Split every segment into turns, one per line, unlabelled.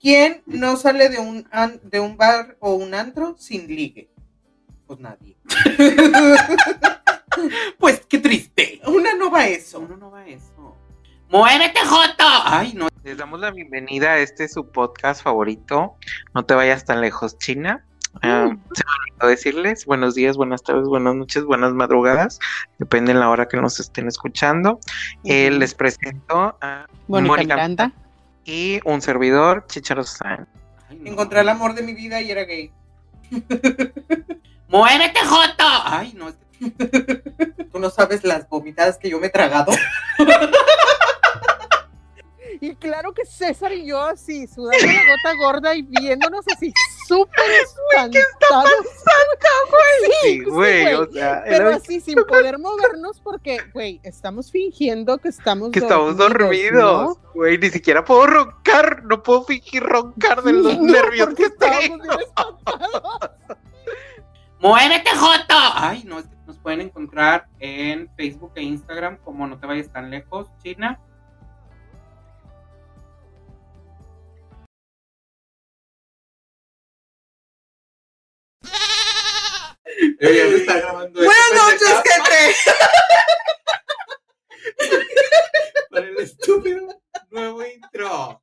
¿Quién no sale de un, an- de un bar o un antro sin ligue? Pues nadie.
Pues qué triste.
Una no va a eso.
Uno no va a eso. ¡Muévete, Joto! Ay, no.
Les damos la bienvenida a este su podcast favorito. No te vayas tan lejos, China.
Uh.
Ah, se me olvidó decirles buenos días, buenas tardes, buenas noches, buenas madrugadas. Depende de la hora que nos estén escuchando. Eh, les presento a
Mónica
Mónica.
Miranda.
y un servidor, Chicharo San.
Ay, no.
Encontré el amor de mi vida y era gay.
¡Muévete, Joto! Ay, no. es que-
Tú no sabes las vomitadas que yo me he tragado.
Y claro que César y yo así, sudando la gota gorda y viéndonos así súper espantados. Sí,
Sí, güey,
güey,
o sea,
Pero
era
así, sin poder movernos porque, güey, estamos fingiendo que estamos
que estamos dormidos,
¿no?
güey, ni siquiera puedo roncar, no puedo fingir roncar de los
No,
nervios
porque
que
estábamos
tengo.
bien espantados.
¡Muévete, Joto! Ay, no. es que Nos pueden encontrar en Facebook e Instagram como No Te Vayas Tan Lejos, China.
Buenas noches,
Pues,
gente.
Nuevo intro.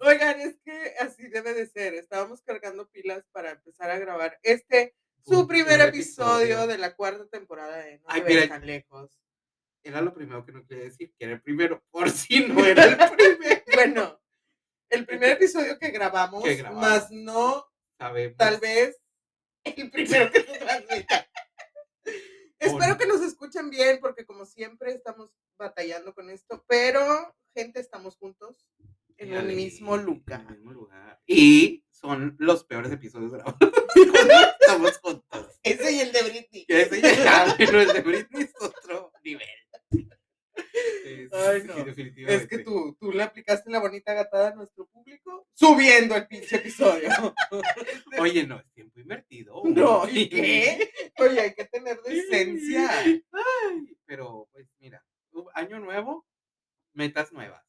Oigan, es que así debe de ser. Estábamos cargando pilas para empezar a grabar este, su
Un
primer
primer
episodio
episodio.
de la cuarta temporada de No
Ay,
te vayas
mira.
tan lejos.
Era lo primero que no quería decir, que era el primero, por si no era el primero.
Bueno, el primer episodio que grabamos,
Que grabamos.
más no
Sabemos.
tal vez el primero que se transmita. Espero
Bueno.
que nos escuchen bien, porque como siempre estamos batallando con esto, pero gente, estamos juntos en
Era
un
de-
mismo
en
lugar.
el mismo lugar. Y son los peores episodios grabados. Cuando Estamos juntos.
Ese y el de Britney.
Que ese ya no es de Britney, es otro nivel. Sí, sí,
Ay,
sí,
no.
definitivamente.
Es que tú, tú le aplicaste la bonita gatada a nuestro público subiendo el pinche episodio.
Oye, no, es tiempo invertido.
No,
Oye.
¿y qué? Oye, hay que tener decencia.
Ay, pero pues mira, u- año nuevo, metas nuevas.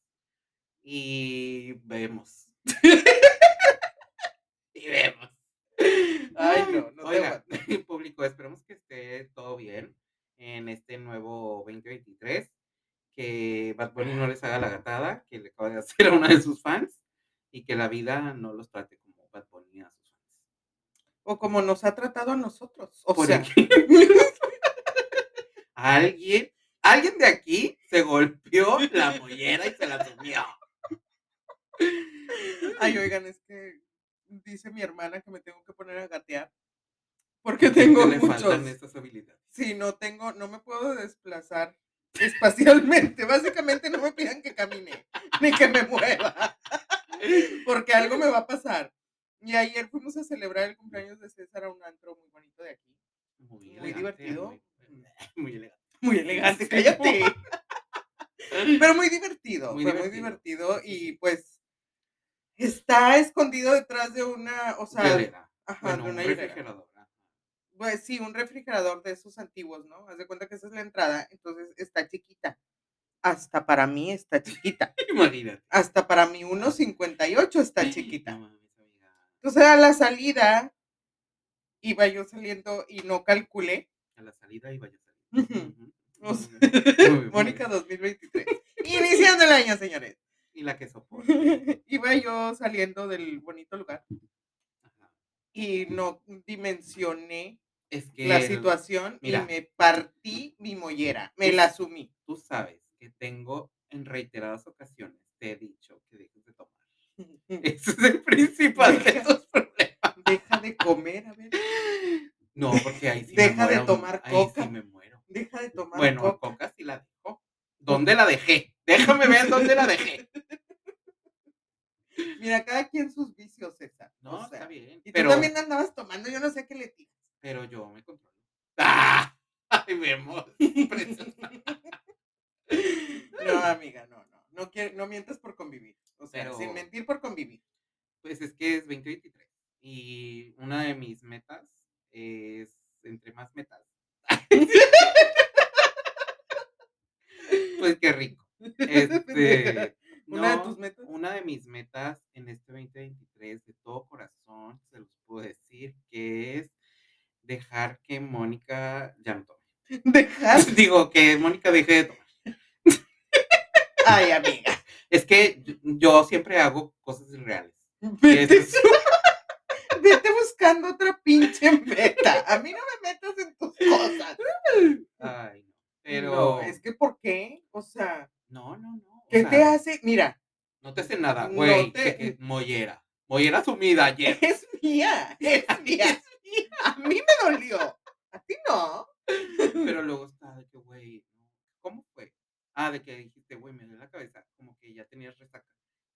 Y vemos. y vemos.
Ay, no, no te
Oigan, público, esperemos que esté todo bien en este nuevo 2023. Que Bad Bunny no les haga la gatada que le acaba de hacer a una de sus fans y que la vida no los trate como Bad Bunny a sus fans.
O como nos ha tratado a nosotros. O
Por
sea,
aquí. alguien, alguien de aquí se golpeó la mollera y se la sumió.
Ay, oigan, es que dice mi hermana que me tengo que poner a gatear. Porque tengo
le faltan
muchos.
estas habilidades.
Sí, no tengo, no me puedo desplazar espacialmente. Básicamente no me pidan que camine ni que me mueva. Porque algo me va a pasar. Y ayer fuimos a celebrar el cumpleaños de César a un antro muy bonito de aquí.
Muy,
divertido.
Muy, muy elegante.
Muy elegante,
Sí.
cállate. Pero muy divertido,
Muy
fue muy
divertido,
divertido
sí, sí,
y
sí.
pues está escondido detrás de una, o sea,
Hielera.
ajá,
Bueno,
de
un
una hielera.
refrigerador.
pues sí, un refrigerador de esos antiguos, ¿no? Haz de cuenta que esa es la entrada, entonces está chiquita. Hasta para mí está chiquita.
Imagínate.
Hasta para mí 1.58 está chiquita.
No mames, amiga.
Entonces a la salida iba yo saliendo y no calculé.
A la salida iba yo a salir.
Ujú.
Ujú.
O
Muy
sea,
bien, muy bien.
Mónica 2023. Iniciando el año, señores.
Y la que soporta.
Iba yo saliendo del bonito lugar
Ajá.
y no dimensioné
Es que
la
el-
situación
mira.
y me partí mi mollera. Me la sumí.
tú sabes que tengo en reiteradas ocasiones te he dicho que dejes de tomar. Ese es el principal de
Deja-
tus problemas.
Deja de comer, a ver.
No, porque ahí sí
Deja de
muero,
tomar
ahí
coca.
sí me muero.
Deja de tomar
bueno,
coca.
coca sí la dejo. ¿Dónde la dejé? Déjame ver dónde la dejé.
Mira, cada quien sus vicios, César.
No,
o sea,
está bien.
Y tú
Pero,
también andabas tomando, yo no sé qué le tiras.
pero yo me controlo. ¡Ah! Ahí vemos.
No, amiga, no, no. No, quiere- no mientas por convivir. O sea,
Pero-
sin mentir por convivir.
Pues es que es 2023. Y una de mis metas es, entre más metas, pues qué rico. Este,
Una de
no,
tus metas.
Este, Una de mis metas en este 2023 de todo corazón, se los puedo decir, que es dejar que Mónica ya no tome.
Dejar.
Digo, que Mónica deje de tomar.
Ay, amiga.
Es que yo- yo siempre hago cosas irreales. Y eso
Vete,
es-
vete buscando otra pinche meta. A mí no me metas en tus cosas.
Ay, no. Pero.
No, es que ¿por qué? O sea,
No, no, no. o
¿qué
sea,
te hace? Mira,
No te hace nada,
No
güey.
te-
que- que- Mollera. Mollera sumida ayer.
es mía. Es mía. A mí me dolió. A ti no.
Pero luego está de que, güey, no, ¿cómo fue? Ah, de que dijiste, güey, me duele la cabeza. Como que ya tenías resaca.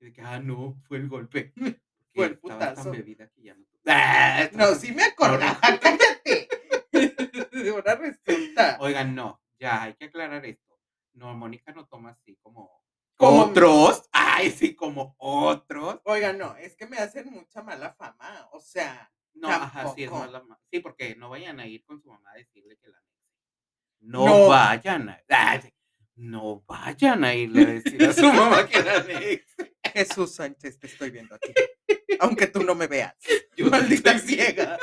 Y de que, ah, no, fue el golpe.
Fue el
Porque estabas
putazo.
tan bebida que ya no. Ah,
No,
estaba-
sí me acordaba. Cállate. Ahora resulta.
Oigan, no, ya hay que aclarar esto. No, Mónica no toma así como.
Como-
¿Otros? Ay, sí, como otros.
Oiga, no, es que me hacen mucha mala fama. O sea,
No, ajá, sí, es
Tampoco.
mala ma- Sí, porque no vayan a ir con su mamá a decirle que la No,
No.
vayan a. Ah, sí. No vayan a irle a decir a su mamá que la anexe.
Jesús Sánchez, te estoy viendo aquí. Aunque tú no me veas.
Yo te
Maldita
estoy
ciega.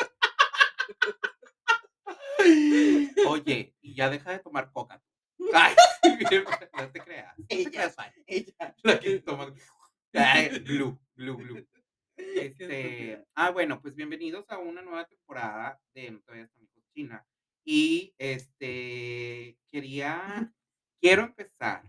Oye, y ya deja de tomar coca. Ay, bien, no te creas. No te
Ella.
creas, Fanny.
Ella.
La que toma. Ay, glue, glue, glue. Este, ah, bueno, pues bienvenidos a una nueva temporada de No te vayas con mi cocina. Y este, quería, quiero empezar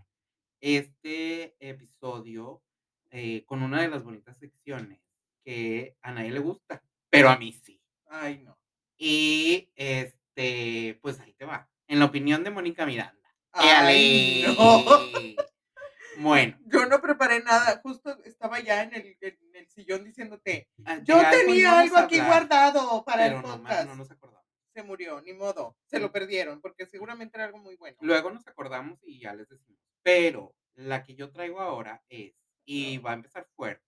este episodio eh, con una de las bonitas secciones que a nadie le gusta, pero a mí sí.
Ay, no.
Y este, pues ahí te va. En la opinión de Mónica Miranda.
Ay,
¡Éale!
no.
Bueno.
Yo no preparé nada. Justo estaba ya en el, en el sillón diciéndote,
Ah,
yo
de algo
tenía
íbamos
algo
a
aquí
hablar,
guardado para
pero
el
no, ma-
podcast.
no nos acordamos.
Se murió, ni modo. Se lo perdieron, porque seguramente era algo muy bueno.
Luego nos acordamos y ya les decimos. Pero la que yo traigo ahora es, y va a empezar fuerte,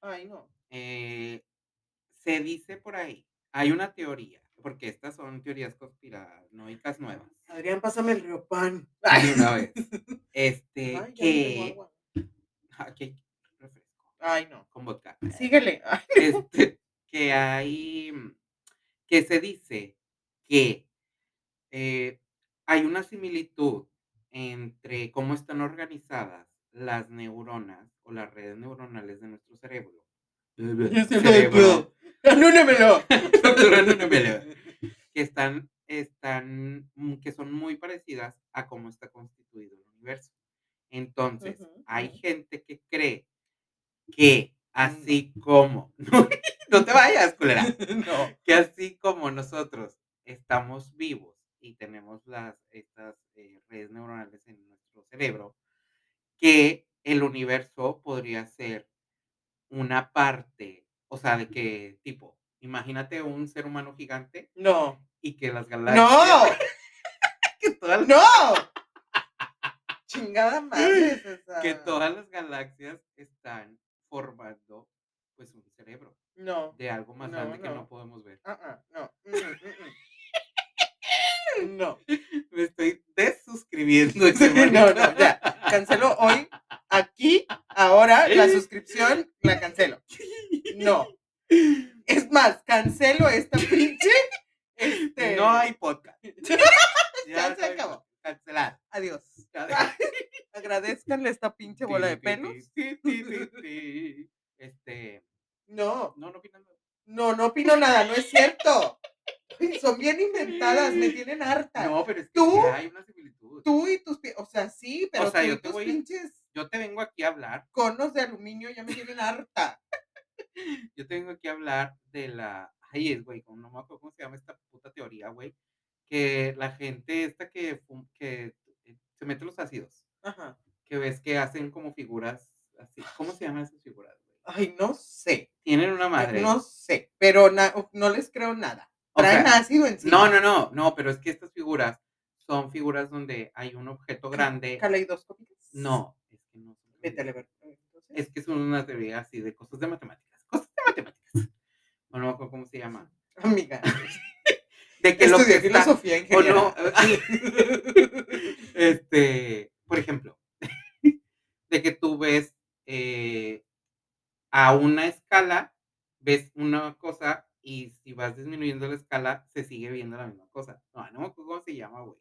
Ay, no.
eh, se dice por ahí, hay una teoría, porque estas son teorías conspiranoicas nuevas.
Adrián, pásame el riopan.
de una vez.
Ay,
Este,
ya no tengo
que...
agua.
Ah, que- refresco,
Ay, no.
con vodka.
Síguele. Ay,
este, que hay, mm, que se dice que eh, hay una similitud entre cómo están organizadas las neuronas o las redes neuronales de nuestro cerebro. Cerebro,
Anúnemelo.
no, no me leo. que están, están, mm, que son muy parecidas a cómo está constituido el universo. Entonces,
Ujú,
hay
ujú.
gente que cree que así como, no, te vayas, culera,
No.
que así como nosotros estamos vivos y tenemos las, estas eh, redes neuronales en nuestro cerebro, que el universo podría ser una parte, o sea, de que tipo, imagínate un ser humano gigante
No.
y que las galaxias...
No.
Que todas las-
No. Chingada madre. César.
que todas las galaxias están formando pues un cerebro
No.
de algo más
No,
grande que
no.
no podemos ver.
Ah, ah, no. Mm, mm, mm, mm. No.
Me estoy desuscribiendo. de
Sí, no,
Mónica.
no, ya. Cancelo hoy, aquí, ahora, la suscripción, la cancelo. No. Es más, cancelo esta pinche. Este...
No hay podcast.
Ya se
no hay
acabó.
podcast. Cancelado.
Adiós.
Ya
Agradezcanle esta pinche bola de
Ti, ti, ti,
pelos.
ti, ti, ti, ti. Este,
No,
no, no opinan nada.
no, no opino nada, no es cierto. Son bien inventadas, me tienen harta.
No, pero es que
Ah, Tú-
sí hay una similitud.
Tú y tus pi- o sea, sí, pero
sea,
tú y
yo te
tus
voy a-
pinches
Yo te vengo aquí a hablar,
conos de aluminio ya me tienen harta.
yo te vengo aquí a hablar de la, ay, es güey, no me acuerdo cómo se llama esta puta teoría, güey, que la gente esta que, fum- que eh, se mete los ácidos,
Ajá.
que ves que hacen como figuras así, ¿cómo se llaman esas figuras? güey?
Ay, no sé.
Tienen una
Yo
madre.
No sé, pero na- no les creo nada.
o sea,
Traen ácido encima.
No, no, no, no, pero es que estas figuras son figuras donde hay un objeto grande.
Caleidoscópicas.
No, es que no. son
Vete a
caleidoscopios,
la ver- entonces.
Es que es una teoría así de cosas de matemáticas. Cosas de matemáticas. No, no me acuerdo cómo se llama.
Amiga,
De que lo que
estudié
está-
filosofía en
o
general.
no. eh, este, por ejemplo, de que tú ves eh, a una escala ves una cosa y si vas disminuyendo la escala se sigue viendo la misma cosa. No, no me acuerdo cómo se llama, güey.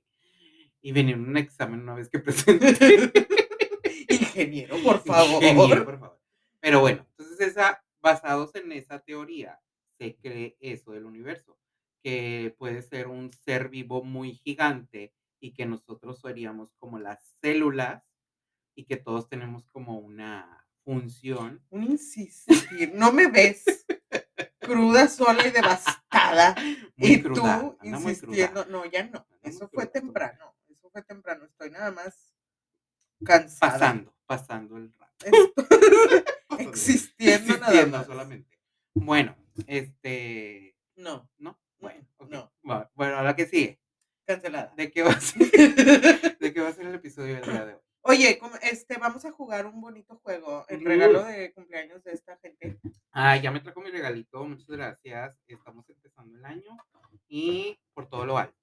Y venía en un examen una vez que presenté.
Ingeniero, por favor.
Ingeniero, por favor. Pero bueno, entonces esa, basados en esa teoría, se cree eso del universo, que puede ser un ser vivo muy gigante y que nosotros seríamos como las células y que todos tenemos como una función.
Un insistir. No me ves cruda, sola y devastada.
Muy
y
cruda,
tú
anda muy cruda.
insistiendo. No, ya no.
Anda muy
Eso fue
cruda tú.
temprano. Eso fue temprano. Estoy nada más cansada.
Pasando, pasando el rato.
Estoy
Pasando.
existiendo nada
Existiendo
más.
solamente. Bueno, este,
No,
¿no? Bueno, ok.
No.
Va- Bueno, ahora que sigue.
cancelada.
¿De qué va a ser, de qué va a ser el episodio del día de hoy?
Oye, como- este, vamos a jugar un bonito juego. El
Ujú.
regalo de cumpleaños de esta gente.
Ah, ya me trajo mi regalito, muchas gracias. Estamos empezando el año y por todo lo alto.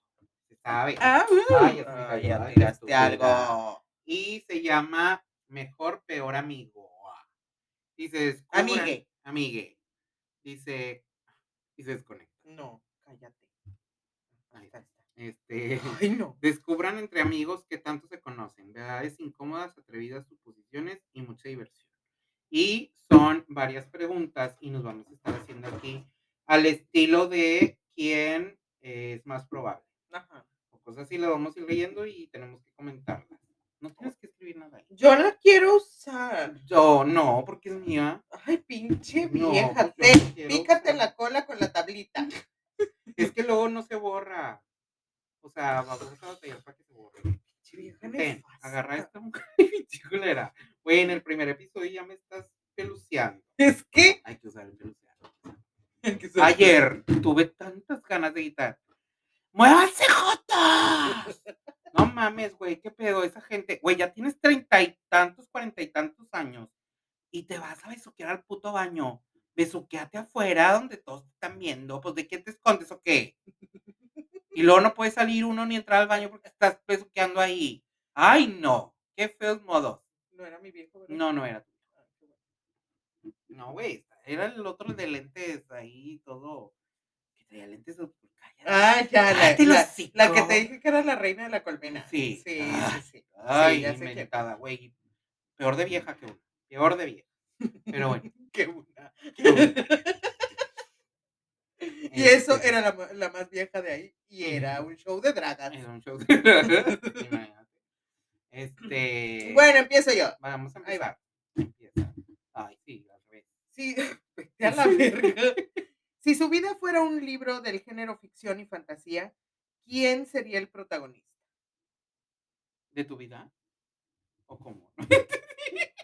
Se sabe.
Ah,
Ay, ya
ah,
se me cayó,
ya
ay,
tiraste
estúpida.
algo.
Y se llama Mejor Peor Amigo. Y se descubran-
Amigue.
Amigue. Dice. Y se desconecta.
No, cállate.
Ahí está. Este.
Ay, no.
Descubran entre amigos que tanto se conocen, verdades incómodas, atrevidas suposiciones y mucha diversión. Y son varias preguntas y nos vamos a estar haciendo aquí al estilo de quién es más probable.
Ajá.
O cosas así las vamos a ir leyendo y tenemos que comentarlas. No tienes que escribir nada ahí.
Yo la quiero usar.
Yo no, porque es mía.
Ay, pinche
No, pues,
vieja.
yo
te-
no quiero
pícate
usar.
la cola con la tablita.
Es que luego no se borra. O sea, vamos a batallar para que se borre.
Pinche vieja
Ven,
nefasta.
agarra esta mujer chulera. Güey, en el primer episodio ya me estás peluceando.
Es que.
Hay que usar el peluceado. Ayer tuve tantas ganas de gritar. ¡Muévanse, Jotas! No mames, güey, qué pedo. Esa gente, güey, ya tienes treinta y tantos, cuarenta y tantos años. Y te vas a besuquear al puto baño. Besuqueate afuera donde todos te están viendo. Pues de qué te escondes o qué. Y luego no puede salir uno ni entrar al baño porque estás besuqueando ahí. ¡Ay, no! ¡Qué feos modos!
No era mi viejo. ¿verdad? Ah,
No, no era tu viejo. No, güey. Era el otro de lentes ahí, todo. Que traía lentes oscuros.
Ah, ya, la,
Cállate el
la-
hocico.
la que te dije que era la reina de la colmena.
Sí.
Sí,
Ah,
sí, sí.
Ay,
ya sé quién.
inventada, güey. Peor de vieja que una. Peor de vieja. Pero bueno.
Qué buena.
qué bueno.
Y eso
Este,
era la, ma- la más vieja de ahí. Y era un show de dragas.
Era un show. de- Imagínate. Este.
Bueno, empiezo yo.
Vamos a empezar.
ahí va.
Empieza. Ay, sí, al revés.
Sí, vete a la
Sí.
verga. Si su vida fuera un libro del género ficción y fantasía, ¿quién sería el protagonista?
¿De tu vida? ¿O cómo?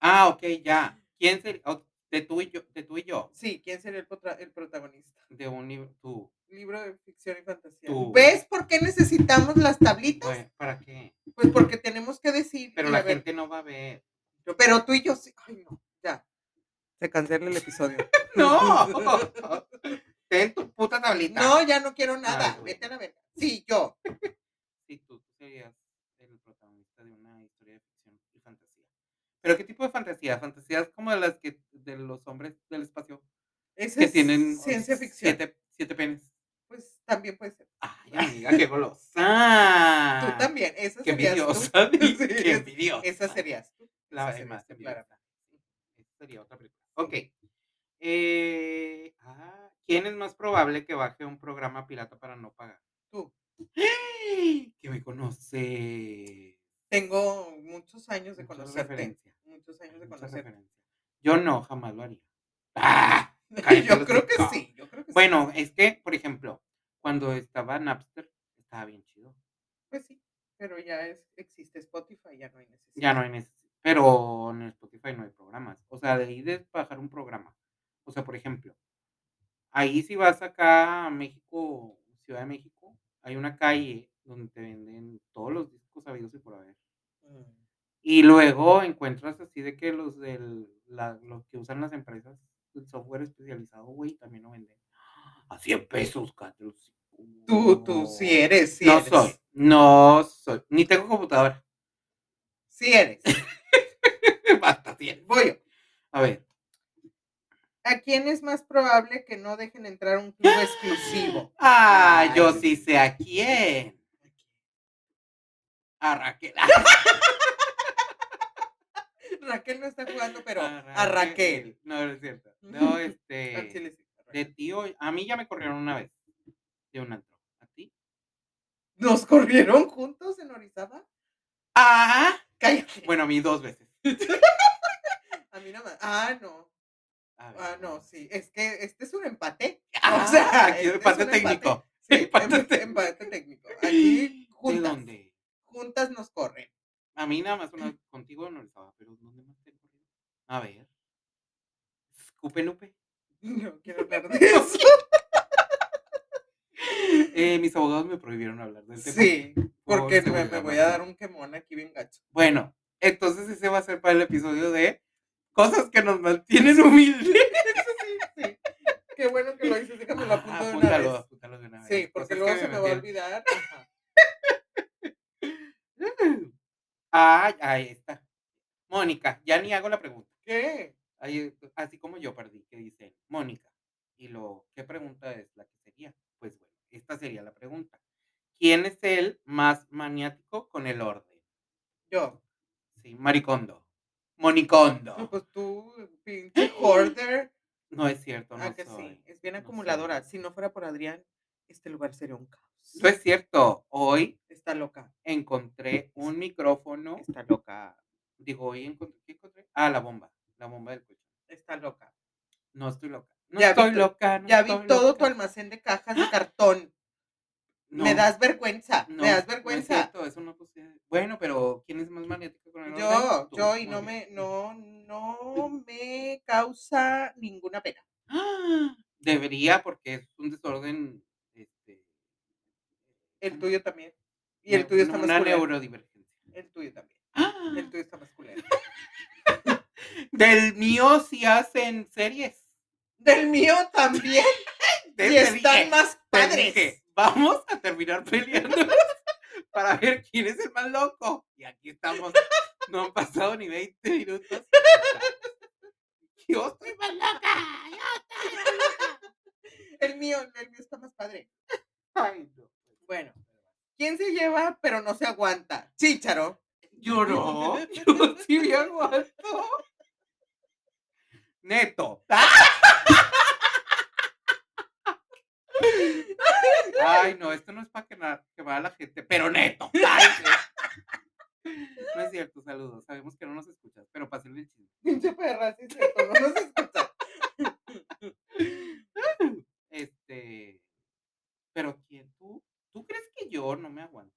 ah, ok, ya. ¿Quién sería? de tú y yo, de tú y yo,
Sí, ¿quién sería el, potra- el protagonista?
de un libro, tú.
Libro de ficción y fantasía.
Tú.
¿Ves por qué necesitamos las tablitas?
Bueno, ¿para qué?
Pues porque tenemos que decir.
Pero
y
la
a ver,
gente no va a ver.
yo- Pero tú y yo sí. Ay, no, ya. Se cancela el episodio.
¡No! Ten tu puta tablita.
no, ya no quiero nada.
güey.
Vete a la verga. Sí, yo.
Sí, tú, tú serías el protagonista de una historia de ficción y fantasía. ¿Pero qué tipo de fantasía? ¿Fantasías como las que de los hombres del espacio
Esa
que
es
tienen
ciencia ficción.
siete, siete penes?
Pues también puede ser.
Ay, amiga, qué golosa.
tú también. Esa
Ah, Qué
serías tú.
envidiosa. di-
Sí,
Qué envidiosa.
Esa serías tú.
La
esa
más
serías tú, claro.
envidiosa. Esa sería otra película. Ok. Eh, ah, ¿Quién es más probable que baje un programa pirata para no pagar?
Tú.
¡Ay! Que me conoce.
Tengo muchos años de
Muchas
conocerte.
referencias,
Muchos años de
muchas
conocerte.
referencias. Yo no, jamás lo haría. ¡Ah! Cállate
Yo
los
creo que
hocico.
sí. Yo creo que sí.
Bueno, eh es que, por ejemplo, cuando estaba Napster, estaba bien chido.
Pues sí. Pero ya es, existe Spotify, ya no hay necesidad.
Ya no hay necesidad. Pero en Spotify no hay programas. O sea, de ahí de bajar un programa. O sea, por ejemplo, ahí si vas acá a México, Ciudad de México, hay una calle donde te venden todos los discos habidos y por haber.
Mm.
Y luego encuentras así de que los del, la- los que usan las empresas, el software especializado, güey, también lo venden. A 100 pesos, Carlos.
Tú, tú, sí eres, sí
no
eres.
soy, no soy. Ni tengo computadora.
Sí eres.
Basta, sí eres.
Voy yo.
A ver,
¿A quién es más probable que no dejen entrar a un club exclusivo?
Ah,
Ay.
yo sí sé a quién. A Raquel.
Raquel no está jugando, pero
A
a Raquel.
No, no es cierto. No,
Al
este.
chile sí, a
De
Raquel.
tío, a mí ya me corrieron una vez. De un antro. ¿A ti?
¿Nos corrieron juntos en Orizaba?
Ah,
Cállate.
bueno, a mí dos veces.
A mí nada más. Ah, no.
A ver.
Ah, no, sí. Es que este es un empate.
Ah, o sea, aquí
este es
empate
un
técnico.
Sí, este
Empate
empate,
técnico.
empate técnico. Aquí
¿De
juntas.
dónde?
Juntas nos corren.
A mí nada más una contigo no estaba, pero ¿dónde más te corrieron? A ver. Escupe Lupe.
No quiero hablar de eso.
Eh, mis abogados me prohibieron hablar del tema.
Sí,
por
porque me,
seguridad,
me voy a
¿no?
dar un quemón aquí bien gacho.
Bueno, entonces ese va a ser para el episodio de cosas que nos mantienen humildes.
Qué bueno que lo dices, déjame lo apunto de una
Apúntalo,
vez.
apúntalo de una vez.
Sí, porque
Cosas
luego
que
se me va a
mantien-
olvidar. Ajá.
Ay, ahí está. Mónica, ya ni hago la pregunta.
¿Qué?
Ahí, así como yo perdí, que dice Mónica. Y lo, ¿qué pregunta es la que sería? Pues bueno, esta sería la pregunta. ¿Quién es el más maniático con el orden?
Yo.
Sí, Maricondo. Monicondo.
No, pues tú, pinche hoarder.
No es cierto, no
Ah, que
soy.
sí. Es bien
no
acumuladora.
soy.
Si no fuera por Adrián, este lugar sería un
No
caos.
es cierto. Hoy
Está loca.
encontré un micrófono.
Está loca.
Digo, hoy encontré, ¿qué encontré? Ah, la bomba. La bomba del coche.
Está loca.
No estoy loca. No
Ya vi
estoy
to-
loca. no
Ya vi
estoy
todo tu
loca.
almacén de cajas de cartón. Me
No,
das vergüenza.
no,
me
no
das
es
vergüenza.
cierto, eso no sucede. Bueno, pero ¿quién es más maniático con el
yo,
orden? Tú,
yo, y
muy
no
bien.
me, no, no me causa ninguna pena.
¡Ah! Debería, porque es un desorden. Este,
El tuyo también. Y el
neu-
tuyo está más
Una
culero.
neurodivergencia.
El tuyo también.
¡Ah!
El tuyo está más culero.
Del mío si hacen series.
Del mío también.
Te-
y
te
están
dije,
más
te
padres.
dije, Vamos a terminar peleando para ver quién es el más loco. Y aquí estamos. No han pasado ni 20 minutos. Yo estoy más loca.
El mío, el mío está más padre.
Ay, no. pues.
Bueno. ¿Quién se lleva pero no se aguanta? Chícharo.
Yo no. Yo sí me aguanto. Neto. Ay, no, esto no es para quemar, quemar a la gente, pero neto. Ay, sí. no es cierto, saludos. Sabemos que no nos escuchas, pero pasen el chisme.
Pinche perra, sí, es cierto, No nos escucha.
Este. Pero quién tú. ¿Tú crees que yo no me aguanto?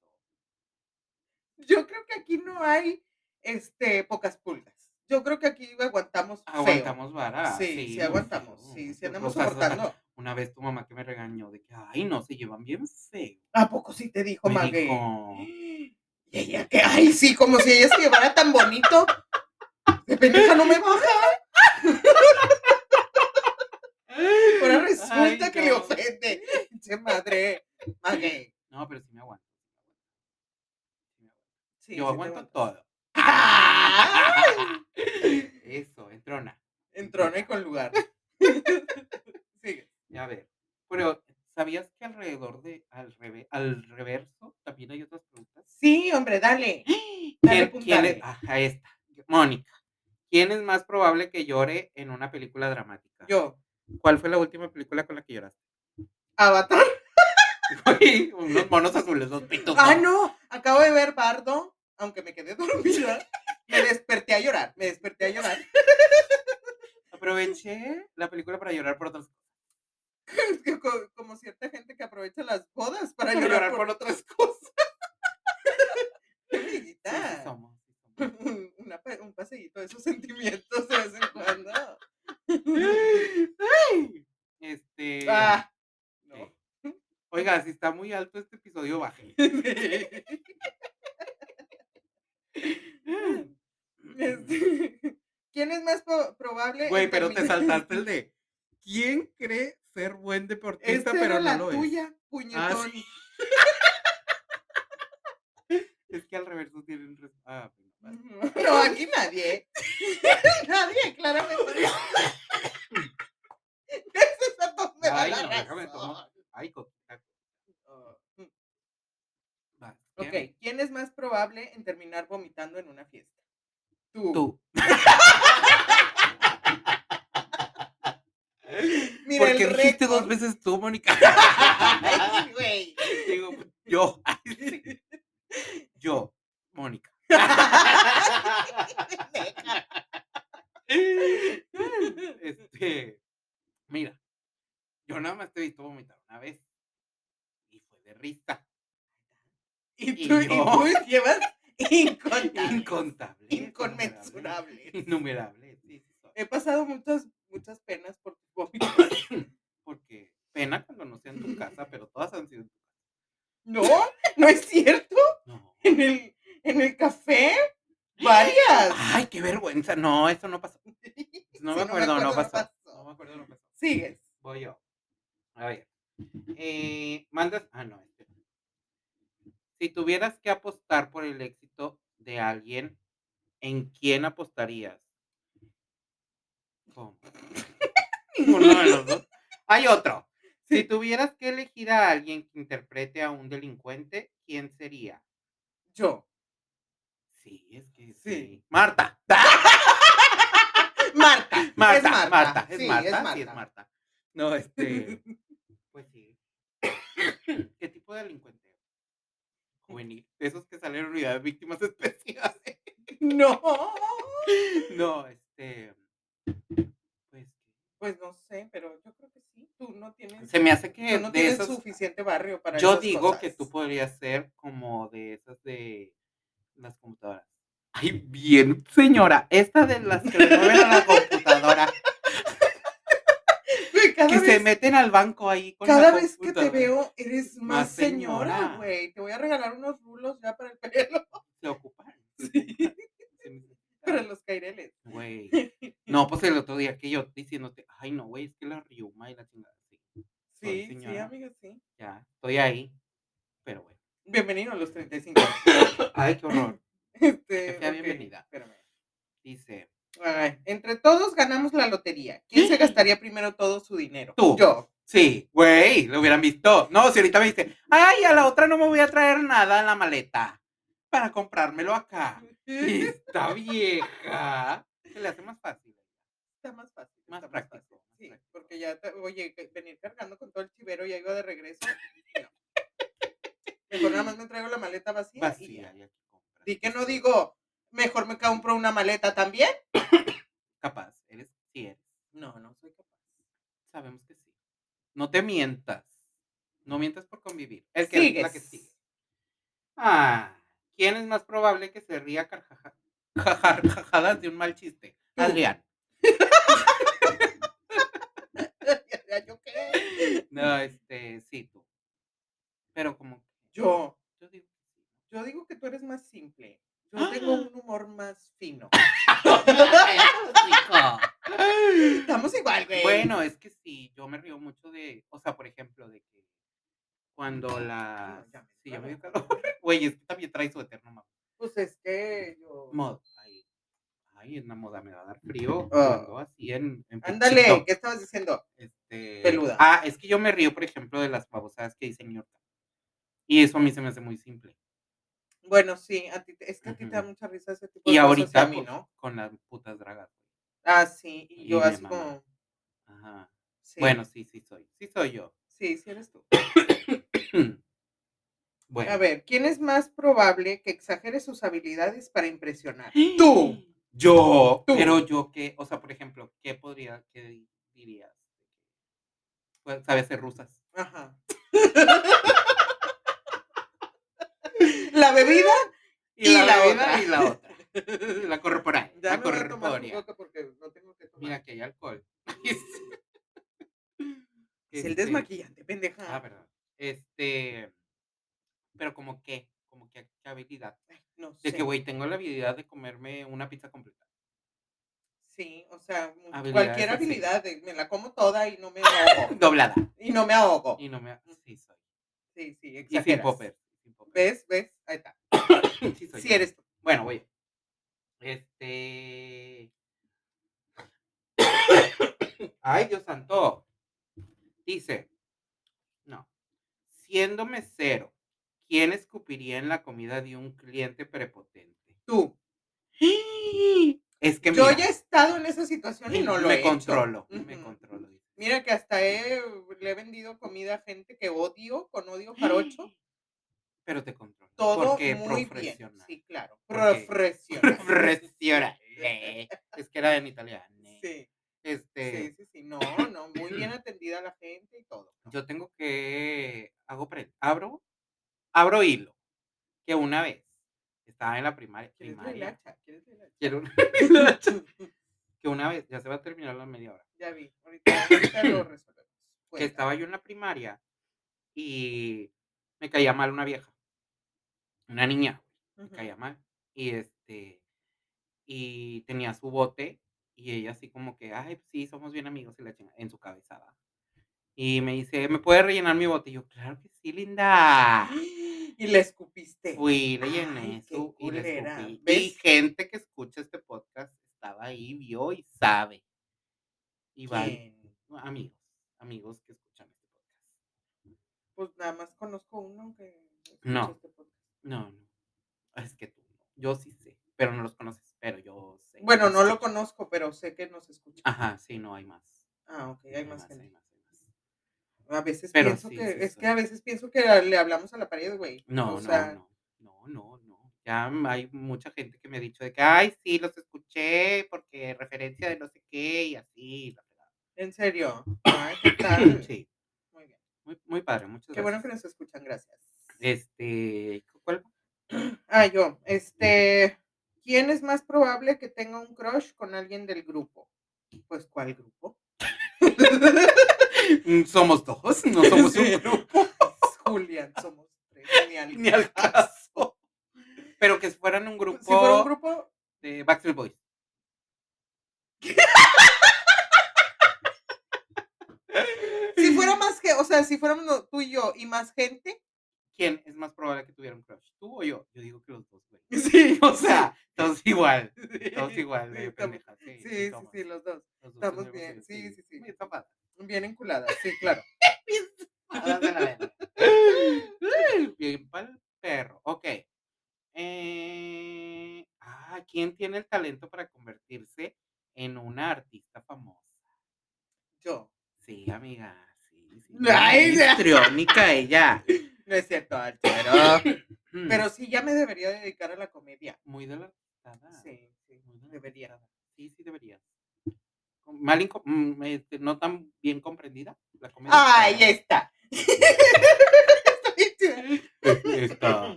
Yo creo que aquí no hay este, pocas pulgas. Yo creo que aquí aguantamos. feo.
Aguantamos vara.
Sí, sí,
muy
aguantamos.
feo.
Sí, sí
Yo
andamos
creo que hasta-
soportando.
Una vez tu mamá que me regañó de que, ay, no, se llevan bien feo.
¿A poco sí te dijo,
Me
Mague?
dijo,
Y ella que, ay, sí, como si ella se llevara tan bonito. De pendeja no me baja. Ahora resulta
Ay,
que le
no.
ofende. Che madre. Mague.
No, pero sí me aguanto.
Sí,
Yo
sí ¡Ah! te
aguanto
aguantas.
todo.
¡Ay!
Eso, entrona.
Entró no hay con lugar. Sigue.
Ya ver. Pero, ¿sabías que alrededor de, al, revés, al reverso también hay otras preguntas?
Sí, hombre, dale. Dale,
¿Quién, quién es?
puntale.
Ajá, esta. Mónica. ¿Quién es más probable que llore en una película dramática?
Yo,
¿Cuál fue la última película con la que lloraste?
Avatar.
Güey, Unos monos azules, dos pitos.
Ah, no. Acabo de ver Bardo, aunque me quedé dormida. Me desperté a llorar. Me desperté a llorar.
Aproveché la película para llorar por otras
Es que co- como cierta gente que aprovecha las bodas para
para
llorar,
llorar por otras cosas. Sí, sí
amiguita.
somos, sí somos.
Un- una pa- un paseíto de esos sentimientos de vez en cuando.
Ay, Este.
Ah, no.
sí. Oiga, si está muy alto este episodio, baje.
Este, ¿Quién es más po- probable?
Güey,
en
pero te
terminar?
saltaste el de. ¿Quién cree ser buen deportista,
Esta
pero
Este era la
no lo
tuya,
Ah,
puñetón.
sí. es? Es que al reverso tienen. res- Ah, pues, vale.
No, aquí nadie. nadie, claramente.
Ay,
la
no, déjame
razón.
tomar. Ay, coquita.
Ah,
Vas, ¿quién?
ok, ¿quién es más probable en terminar vomitando en una fiesta? Tú.
Tú.
Mira,
Porque
el
dijiste
récord.
dos veces tú, Mónica.
Ay, güey.
Digo, pues, yo. Yo, Mónica. Este, mira, yo nada más te he visto vomitar una vez. Y fue de risa.
Y tú,
Y
y
yo.
tú llevas incontable.
Incontable.
Inconmensurable.
Innumerable. sí, sí, soy.
He pasado muchas, muchas penas por tus vómitos.
Porque pena cuando no sea en tu casa, pero todas han sido en tu casa.
No, no es cierto.
No.
En el, en el café, varias.
Ay, qué vergüenza. No, eso no pasó. No
Sí,
me acuerdo, no pasó. No
pasó.
me acuerdo, no pasó.
Sigues.
Voy yo. A ver. Eh, mandas. Ah, no. este. Si tuvieras que apostar por el éxito de alguien, ¿en quién apostarías? ¿Cómo? Ninguno de los dos. Hay otro. Si tuvieras que elegir a alguien que interprete a un delincuente, ¿quién sería?
Yo.
Sí, es que sí.
Sí.
Marta.
Marta. es
Marta, Marta, es,
Sí,
Marta, sí, es Marta. No, este. Pues sí. ¿Qué tipo de delincuente? Juvenil. De esos que salen en unidad de víctimas especiales.
No.
No, este. Pues
Pues no sé, pero yo creo que sí. Tú no tienes,
se me hace que
tú no
de
tienes
esos.
suficiente barrio para
Yo
esas
digo que
cosas.
tú podrías ser como de esas de las computadoras. Ay, bien, señora. Esta de las que le mueven a la computadora.
Güey, cada
que se
vez-
meten al banco ahí con la
Cada vez que te
computadora.
veo, eres más,
Más
señora,
señora.
güey. Te voy a regalar unos rulos ya para el pelo,
se ocupan. Se me-
para los caireles.
Güey. No, pues el otro día que yo diciéndote, ay no, güey, es que la riuma y la chingada. Sí, Soy
Sí, sí,
señora.
amiga, sí.
ya, estoy ahí. Pero bueno.
Bienvenido a los 35.
Ay, qué horror.
Este,
Que sea
ok,
bienvenida.
espérame.
Dice,
Ay, entre todos ganamos la lotería. ¿Quién se gastaría primero todo su dinero?
Tú.
Yo.
sí, güey, lo hubieran visto. No, si ahorita me dice, ay, a la otra no me voy a traer nada en la maleta para comprármelo acá. Y Esta vieja. Se le hace más fácil.
Está más fácil.
Más
está
práctico,
fácil.
más
Sí,
práctico.
porque ya, te- oye, que- venir cargando con todo el chivero y ya iba de regreso. no. Mejor nada más me traigo la maleta vacía, y
Vacía,
ya.
ya que compras.
Di que no digo, mejor me compro una maleta también.
Capaz, eres fiel.
No, no soy capaz.
Sabemos que sí. No te mientas. No mientas por convivir. Es que la que
Sigues.
sigue. Ah, ¿quién es más probable que se ría carcaja- carcajadas de un mal chiste?
Tú.
Adrián.
Ya, ¿Yo qué?
No, este, sí, tú. Pero como que
Yo,
yo digo que sí.
yo digo que tú eres más simple. Yo tengo un humor más fino. Estamos igual, güey.
Bueno, es que sí, yo me río mucho de, o sea, por ejemplo, de que cuando la...
No, ya me
Sí,
dio
ya me dio
calor.
calor. Güey, es que también trae suéter, no mames.
Pues es que yo.
Moda. Ay, ay, en la moda me va a dar frío.
Ah.
ando así en, en
Ándale,
pechito,
¿qué estabas diciendo?
este,
peluda.
Ah, es que yo me río, por ejemplo, de las babosadas que dice Niorta. Y eso a mí se me hace muy simple.
Bueno, sí, a ti, te- es que a ti te da
Ujú.
mucha risa ese tipo de
Y
cosas.
ahorita,
a mí,
pues,
¿no?
con las putas dragas.
Ah, sí, y
y
yo
me
así
mama.
como.
Ajá.
Sí,
Bueno, sí, sí soy. Sí soy yo.
Sí, sí eres tú.
bueno.
A ver, ¿quién es más probable que exagere sus habilidades para impresionar?
¿Eh?
Tú.
Yo.
Tú.
Pero yo que, o sea, por ejemplo, ¿qué podría, qué di- dirías? Pues, sabe hacer rusas.
Ajá. La bebida Y la otra.
otra, y la otra. La corporal.
Ya
la
me voy a tomar mi
corpórea.
coca porque no tengo que tomar.
Mira que hay alcohol.
es el
Este,
desmaquillante, pendeja.
Ah, perdón. Este, pero como que, como que qué habilidad.
no
De
sé.
que, güey, tengo la habilidad de comerme una pizza completa.
Sí, o sea, mu-
Habilidades
cualquier
así.
habilidad, de- me la como toda y no me ahogo.
Doblada.
y no me ahogo.
Y no me... Sí, soy.
Sí, sí,
Y
exageras.
sin popper. Sin popper.
¿Ves? ¿Ves? Ahí está.
Sí, soy
Si
yo.
eres tú.
Bueno, voy. Este. Ay, Dios santo. Dice, no, siendo mesero, ¿quién escupiría en la comida de un cliente prepotente?
Tú.
Es que
Yo
mira,
ya he estado en esa situación y no lo
me
he hecho.
controlo, me
Ujú.
controlo. dice.
Mira que hasta he, le he vendido comida a gente que odio, con odio jarocho.
Pero te controlo.
Todo
porque
muy bien.
profesional.
Sí, claro.
Porque-
Profesional.
Profesional. Eh, Es que era en italiano.
Sí,
Este,
sí, sí, sí. No, no, muy bien atendida la gente y todo.
yo tengo que hago pre- abro abro hilo que una vez estaba en la primaria,
¿Quieres la
primaria,
hilacha? ¿eh? ¿Quieres la hilacha?
quiero que una vez ya se va a terminar la media hora
Ya vi. Ahorita, ahorita lo resolvemos.
que estaba yo en la primaria y me caía mal una vieja una niña me
Ujú.
caía mal y este y tenía su bote y ella así como que ay pues sí somos bien amigos y la chinga- en su cabezada y me dice me puede rellenar mi bote y yo claro que sí
Ah.
linda
Y la escupiste.
Fui,
Este,
le
Ay,
llené
qué
su y le
culera,
escupí. Y
¿ves?
gente que escucha este podcast estaba ahí, vio y sabe. Y van
¿Quién?
amigos, amigos que escuchan este podcast.
Pues nada más conozco uno que.
No.
escucha este podcast.
No, no. Es que tú no. Yo sí sé, pero no los conoces, pero yo sé.
Bueno,
los
no lo
escucho.
conozco, pero sé que nos escucha.
Ajá, sí, no hay más.
Ah, ok,
no
hay más
hay
gente.
más, hay más.
A veces
Pero
pienso
sí,
que.
sí
es
soy.
que a veces pienso que a- le hablamos a la pared, güey.
No,
O
no,
sea,
no. No, no, no. Ya m- hay mucha gente que me ha dicho de que, ay, sí, los escuché porque referencia de no sé qué y así. la fregada".
En serio. Ay, ¿qué tal?
Sí,
Muy bien.
muy, muy padre, muchas
Qué
gracias.
bueno que nos escuchan, gracias.
Este, ¿cuál?
Ah, yo. Este. ¿Quién es más probable que tenga un crush con alguien del grupo? Pues, ¿cuál grupo?
Mm, Somos dos, no somos
Sí.
un grupo,
Julián, somos tres. Ni al Pues,
ni al caso. Pero que fueran un grupo,
Si fuera un grupo,
de Backstreet Boys.
si fuera más que, o sea, si fuéramos no- tú y yo y más gente,
¿Quién es más probable que tuviera un crush? ¿Tú o yo? Yo digo que los dos, güey.
sí,
O sea, todos igual, todos
sí,
igual de
sí, estamos-
pendejas. Sí,
Sí, sí,
somos.
sí, los dos.
Los dos
estamos
tendríamos
bien,
que-
sí, sí, sí.
Muy tapadas.
Bien enculadas, sí, claro.
Tapadas de la verga. Bien pa'l perro. Ok. Eh, ah, ¿quién tiene el talento para convertirse en una artista famosa?
Yo.
Sí, amiga, sí, sí.
Ay,
Ay,
ya.
ella.
No es cierto, al
Pero,
Pero sí, ya me debería dedicar a la comedia.
Mm, muy de la artistada,
Sí, sí,
muy de la
debería.
artistada. Sí, sí, debería. Com- Mal inco- mm, este, no tan bien comprendida la comedia.
¡Ay, ya
pero-
está! Está bien chida.
Está.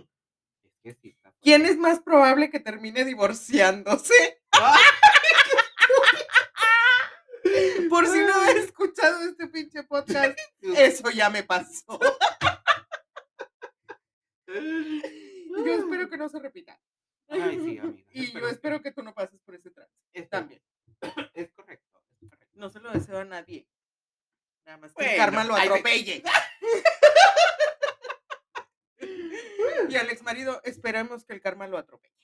Es que sí, está fuerte.
¿Quién es más probable que termine divorciándose? Por si no he escuchado este pinche podcast, eso ya me pasó. Y Yo espero que no se repita.
Ay, sí, amiga.
Y yo espero que tú no pases por ese trance.
es
También.
Es correcto. es correcto.
No se lo deseo a nadie. Nada más que el
Bueno,
karma lo
ay, ve-
atropelle. y al exmarido, esperemos que el karma lo atropelle.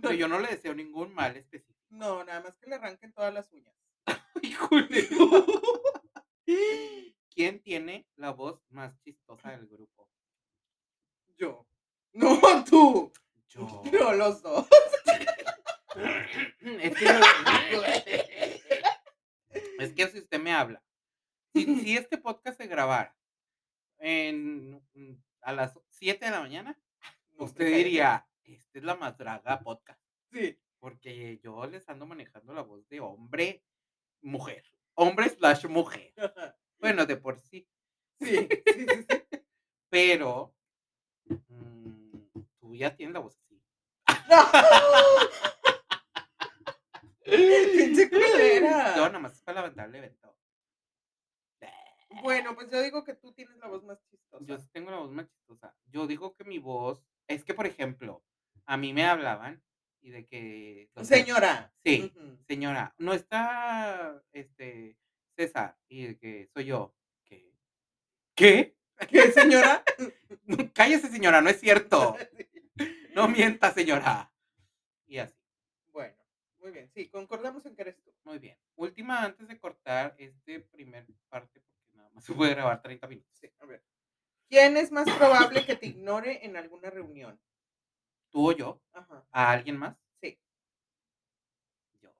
Pero yo no le deseo ningún mal específico.
No, nada más que le arranquen todas las uñas.
Híjole. ¿Quién tiene la voz más chistosa del grupo?
Yo. No, tú.
Yo.
No, los dos.
Es que, yo- es que si usted me habla, si, si este podcast se grabara en, mm, a las 7 de la mañana,
No,
usted
hombre,
diría, esta es la más draga podcast,
Sí.
porque yo les ando manejando la voz de hombre, mujer, hombre slash mujer. Bueno, de por sí,
Sí, sí, sí, sí.
pero mm, tú ya tienes la voz así.
Pinche culera.
Yo nada más es para levantar el evento.
Bueno, pues yo digo que tú tienes la voz más chistosa.
Yo sí tengo la voz más chistosa. Yo digo que mi voz, es que por ejemplo, a mí me hablaban y de que doña-
Señora.
Sí.
Ujú.
señora, no está este César y de que soy yo. ¿Qué? ¿Qué?
¿Qué, señora?
No, Cállese, señora, no es cierto.
Sí.
No mienta, señora. Y así.
Bueno, Muy bien, sí, concordamos en que eres tú.
Muy bien. Última antes de cortar este primer parte, porque nada más se puede grabar 30 minutos.
Sí, a ver. ¿Quién es más probable que te ignore en alguna reunión?
¿Tú o yo?
Ajá.
¿A alguien más?
Sí.
Yo.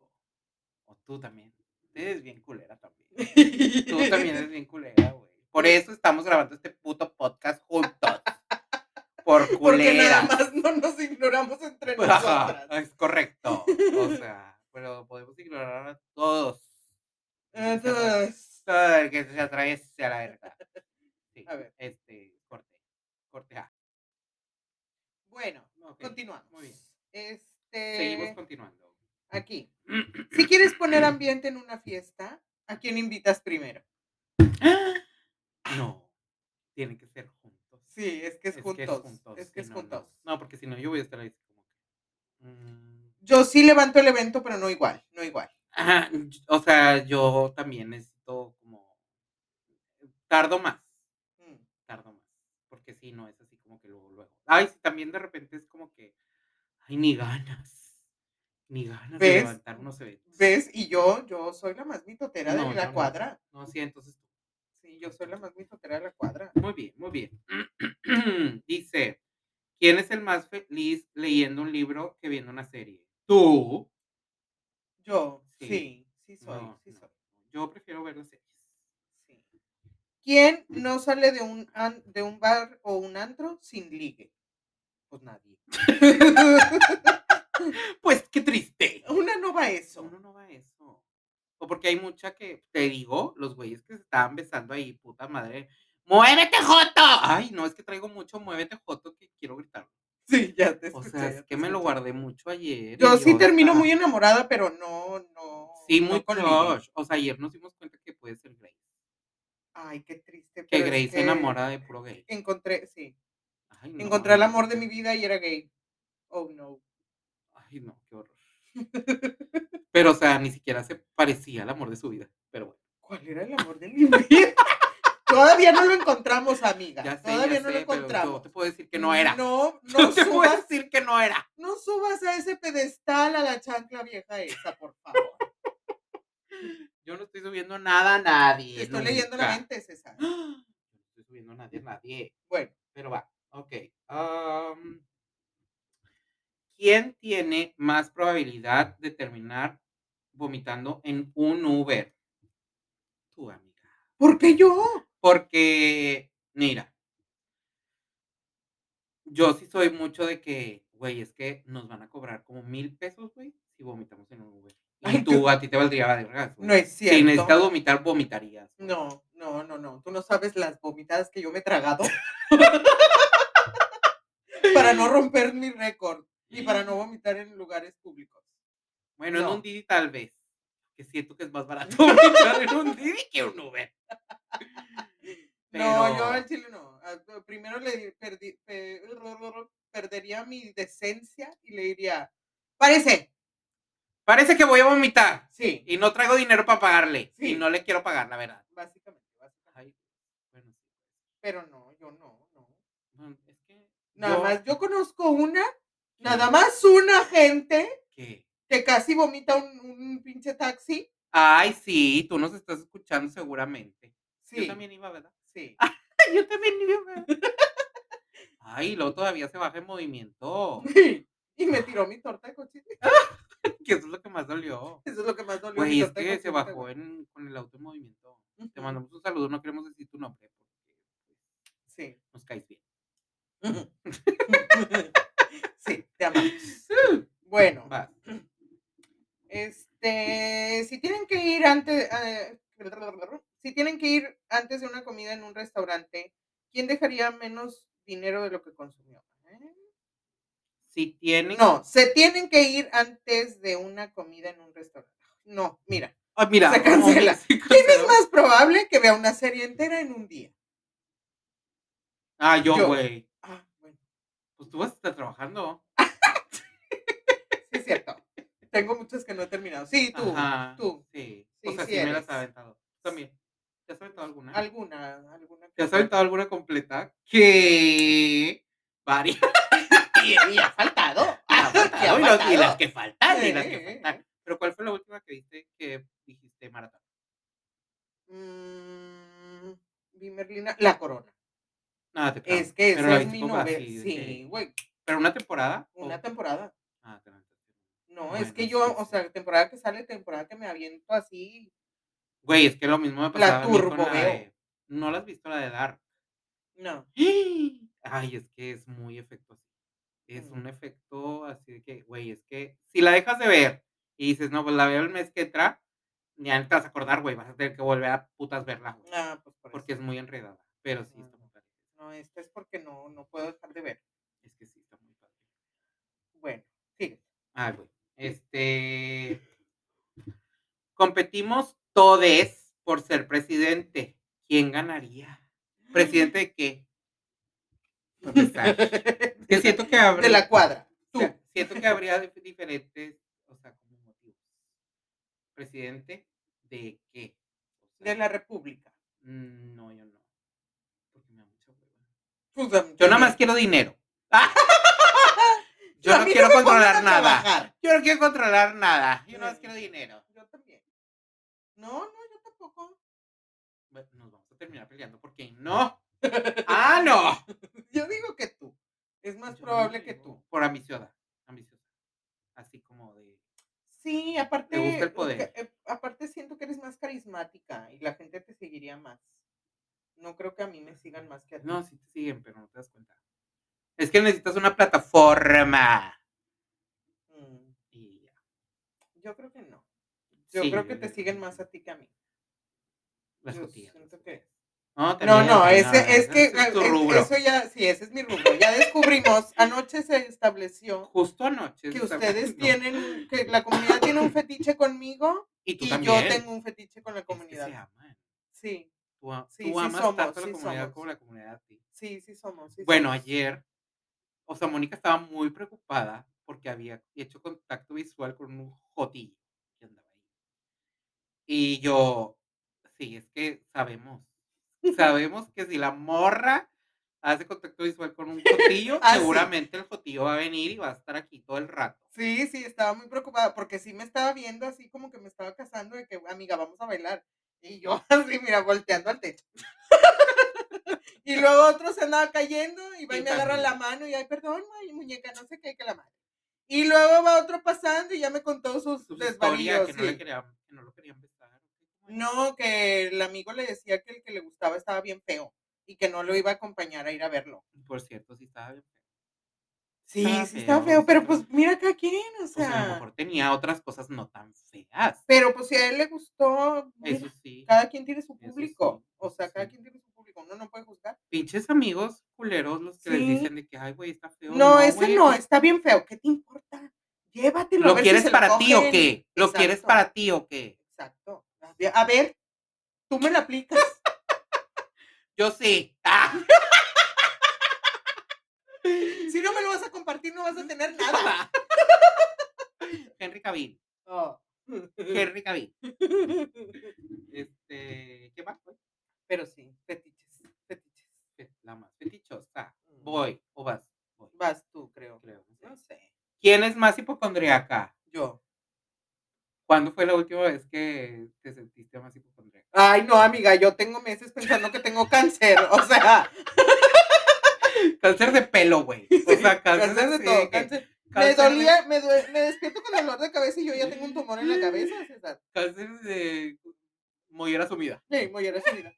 O tú también. Tú eres bien culera también. Tú también eres bien culera, güey. Por eso estamos grabando este puto podcast juntos. Por
Porque
culera. Pues,
nada más no nos ignoramos entre
Ajá,
nosotras.
es correcto. O sea, pero podemos ignorar a todos.
Entonces,
Todo el que se atraviese a la verdad. Sí,
A ver.
Este, corte. Corte A.
bueno,
Ok,
continuamos.
Muy bien.
Este,
Seguimos continuando.
aquí. Si quieres poner ambiente en una fiesta, ¿a quién invitas primero?
No. Tienen que ser juntos.
Sí, es que es, juntos, Es que es
sí, no, no.
juntos.
No, porque si no, yo voy a estar ahí como que, mm,
Yo sí levanto el evento, pero no igual, no igual.
ajá, y- o sea, yo también necesito como. Tardo más.
Mm.
Tardo más. Porque si no es así como que luego, luego. Ay, sí, también de repente es como que. Ay, ni ganas. Ni ganas de
¿Ves?
levantar unos eventos.
¿Ves? Y yo, yo soy la más mitotera
No,
de
yo
la
no.
cuadra.
No, sí, entonces tú.
Sí, yo soy la más mitotera de la cuadra.
Muy bien, muy bien. Dice, ¿quién es el más feliz leyendo un libro que viendo una serie? Tú.
Yo,
Sí.
sí, sí, soy,
No,
sí
no,
soy.
Yo prefiero ver las series.
sí. ¿Quién no sale de un, an- de un bar o un antro sin ligue? Pues nadie.
Pues qué triste.
Una no va a eso.
Uno no va a eso. O porque hay mucha que, te digo, los güeyes que se estaban besando ahí, puta madre. ¡Muévete, Joto! Ay, no, es que traigo mucho muévete, Joto, que quiero gritar.
Sí, ya te
O
escuché.
sea,
ya
es
te
que me lo
escuché.
guardé mucho ayer.
Yo
y
sí termino
ahorita-
muy enamorada, pero no, no.
Sí,
no
muy
con ligue.
crush. O sea, ayer nos dimos cuenta que puede ser Grace.
Ay, qué triste.
Que
pero es
Grace se
que
enamora de puro gay.
Encontré, sí.
Ay, no,
Encontré el
no.
amor de mi vida y era gay. Oh, no.
Ay, no, qué horror. Pero, o sea, ni siquiera se parecía al amor de su vida. Pero bueno,
¿Cuál era el amor de mi vida? Todavía no lo encontramos, amiga.
ya sé,
Todavía
ya
no lo
sé, pero yo
encontramos.
te puedo decir que no era.
No,
Yo
no
te puedo
subas,
decir que no era.
no subas a ese pedestal a la chancla vieja esa, por favor.
Yo no estoy subiendo nada a nadie.
Te estoy leyendo la
nunca.
mente, César.
Yo no estoy subiendo a nadie, a nadie.
Bueno,
Pero va, ok. am, ¿Quién tiene más probabilidad de terminar vomitando en un Uber? Tu amiga.
¿por qué yo?
Porque, mira, yo sí soy mucho de que, güey, es que nos van a cobrar como mil pesos, güey, si vomitamos en un Uber. Y
Ay,
tú, a ti te valdría de
No es
Si necesitas
cierto.
vomitar, vomitarías. güey.
No, no, no, no. Tú no sabes las vomitadas que yo me he tragado para no romper mi récord y para no vomitar en lugares públicos.
Bueno, en
no.
un Didi tal vez. Que siento que es más barato vomitar en un Didi que un Uber.
No,
Pero-
yo al chile no. Ah, p- Primero le di- perdi- pe- perdería mi decencia y le diría, parece,
Parece que voy a vomitar
sí,
y no traigo dinero para pagarle. Y
Sí.
no le quiero pagar, la verdad.
básicamente, básicamente.
Ay, bueno, sí.
Pero no, yo no, no.
No, es que
Nada
yo-
más, yo conozco una,
¿qué?
nada más una gente
¿Qué?
que casi vomita un, un pinche taxi.
Ay, sí, tú nos estás escuchando seguramente.
Sí,
Yo también Ah, iba, ¿verdad?
sí.
Yo también iba, ¿verdad? Ay, luego todavía se baja en movimiento.
y me tiró mi torta de cochete.
Que eso es lo que más dolió.
Eso es lo que más dolió. mi
Güey, es
torta de
que se
cochino,
bajó
güey.
en- con el auto en movimiento. Te
Ujú,
mandamos un saludo, no queremos decir tu nombre porque
Sí.
nos caes bien.
Ujú. sí, te amamos. Bueno,
Vas.
Este, si tienen que ir antes, eh, si tienen que ir antes de una comida en un restaurante, ¿quién dejaría menos dinero de lo que consumió? ¿Eh?
Si tienen.
No, se tienen que ir antes de una comida en un restaurante. No, mira,
Ah, mira,
se cancela.
sí,
¿quién es
canceló.
más probable que vea una serie entera en un día?
Ah, yo,
Yo.
güey.
Ah, bueno,
Pues tú vas a estar trabajando.
sí es cierto. Tengo muchas que no he terminado. Sí, tú,
Ajá,
tú.
Sí.
Sí,
O sea, sí,
sí
me las
eres.
has aventado. Tú También. ¿Te has aventado alguna?
Alguna, alguna.
¿Te has
que-
aventado alguna completa? Que varias.
Y, y ha faltado.
Y,
ha
los- y las
faltado.
que faltan, y
Sí,
las que faltan. Eh, Pero ¿cuál fue la última que viste que dijiste maratón?
Mm, vi Merlina, La Corona.
Nada, te creo.
Es que
Ah, Pero
esa es
la viste
mi
como
novela.
así, de ah,
Sí,
que-
güey,
Pero una temporada. o-
una temporada.
Ah, te la aventaste.
No,
Bueno,
es que
sí,
yo, o
sí.
sea, temporada que sale, temporada que me aviento así.
Güey, es que lo mismo me pasaba. a mí
turbo
con la
veo.
de- No la has visto la de Dark.
No.
Ay, es que es muy efecto. Es un efecto así de que, güey, es que si la dejas de ver y dices, no, pues la veo el mes que entra, ya no te vas a acordar, güey, vas a tener que volver a putas verla, güey,
Ah, pues por
porque
eso.
es muy enredada. Pero sí,
Ah.
está muy padre.
No, esta es porque no, no puedo dejar de ver.
Es que sí, está muy padre.
Bueno, sí.
Ah, güey. Este. Competimos todes por ser presidente. ¿Quién ganaría? ¿Presidente de qué? Para empezar. Que siento que habría.
De la cuadra.
o
Tú.
sea, siento que habría dif- diferentes, o sea, como motivos. ¿Presidente de qué? O sea,
De la República.
mm, No, yo no. Porque me da mucha hueva.
Pues,
Yo nada más quiero dinero. Yo
a
no
mí
quiero
me pongan a
controlar nada.
trabajar.
Yo no quiero controlar nada. Yo nada más quiero dinero.
Yo también. No, no, yo tampoco.
Bueno, nos vamos a terminar peleando porque no. ¡Ah, no!
Yo digo que tú. Es más
Yo no
probable
digo
que tú.
Por ambiciosa. Ambiciosa. Así como de.
Sí, aparte.
Me gusta el
ca-
poder.
eh, aparte siento que eres más carismática y la gente te seguiría más. No creo que a mí me sigan más que a ti.
No, sí te siguen, pero no te das cuenta. Es que necesitas una plataforma.
Mm,
Y ya.
yo creo que no. Yo
Sí,
creo que
yo
te
digo
siguen
que
más
sí.
a ti que a mí.
Las
Yo
cotillas.
siento que-
No,
No,
también,
no,
también,
ese, es
ese
que
es tu
eh, es-
rubro.
eso ya, sí, ese es mi rubro. Ya descubrimos, anoche se estableció
Justo anoche.
que
estaba
ustedes
viendo-
tienen, que la comunidad tiene un fetiche conmigo
Y tú
y
también.
yo tengo un fetiche con la
Es que se
comunidad.
aman.
Sí,
Tú, a-
Sí,
tú
sí
amas
somos,
tanto a la
sí
comunidad
somos.
como la comunidad a ti.
sí, sí somos. sí
Bueno,
somos.
ayer, o sea, Mónica estaba muy preocupada porque había hecho contacto visual con un jotillo que andaba ahí. Y yo, sí, es que sabemos, sabemos que si la morra hace contacto visual con un jotillo,
Ah, sí.
seguramente el jotillo va a venir y va a estar aquí todo el rato.
Sí, sí, estaba muy preocupada porque sí me estaba viendo así como que me estaba casando de que, amiga, vamos a bailar. Y yo así, mira, volteando al techo. y luego otro se andaba cayendo y va y
Sí,
me agarra la
también.
mano y, ay, perdón, ay, muñeca, no sé qué, que la madre. Y luego va otro pasando y ya me contó sus
Su historia,
desvaríos.
que
sí.
no, le querían, que no lo querían besar.
No, que el amigo le decía que el que le gustaba estaba bien feo y que no lo iba a acompañar a ir a verlo.
Por cierto, sí estaba bien.
Sí,
Estaba
sí estaba
Ah, feo,
feo, pero
sí.
pues mira acá quién, o
O sea, a lo
sea.
mejor tenía otras cosas no tan feas.
pero pues si a él le gustó, mira.
Eso sí.
cada quien tiene su
Eso
público.
sí,
O
eso
sea, cada
sí.
quien tiene su público. Uno no puede juzgar.
pinches amigos culeros los que les
Sí.
dicen de que, ay, güey, está feo.
No, ese
güey,
no,
pues,
está bien feo. ¿Qué te importa? Llévatelo. a
¿Lo
ver si
quieres
se
para ti o
cogen.
qué? ¿Lo quieres
Exacto.
para ti o qué?
Exacto. A ver- A ver, tú me la aplicas.
Yo sí. ¡Ah!
si no me lo vas a compartir, no vas a tener nada.
Henry Cavill.
Oh.
Henry Cavill. Este, ¿qué más? güey?
Pero sí, fetiches, fetiches.
Fe- La más fetichosa.
Mm.
Voy o vas. Voy,
Vas tú, creo.
creo, no sé.
No sé.
¿Quién es más hipocondriaca?
Yo.
¿Cuándo fue la última vez que te sentiste más hipocondriaca?
Ay, no, amiga, yo tengo meses pensando que tengo cáncer. O sea,
Cáncer de pelo, güey. O sea, cáncer,
cáncer de
sí,
todo.
que-
cáncer. Me
cáncer de-
dolía, me, due- me despierto con dolor de cabeza y yo ya tengo un tumor en la cabeza, César.
Cáncer de mollera sumida.
Sí, mollera sumida.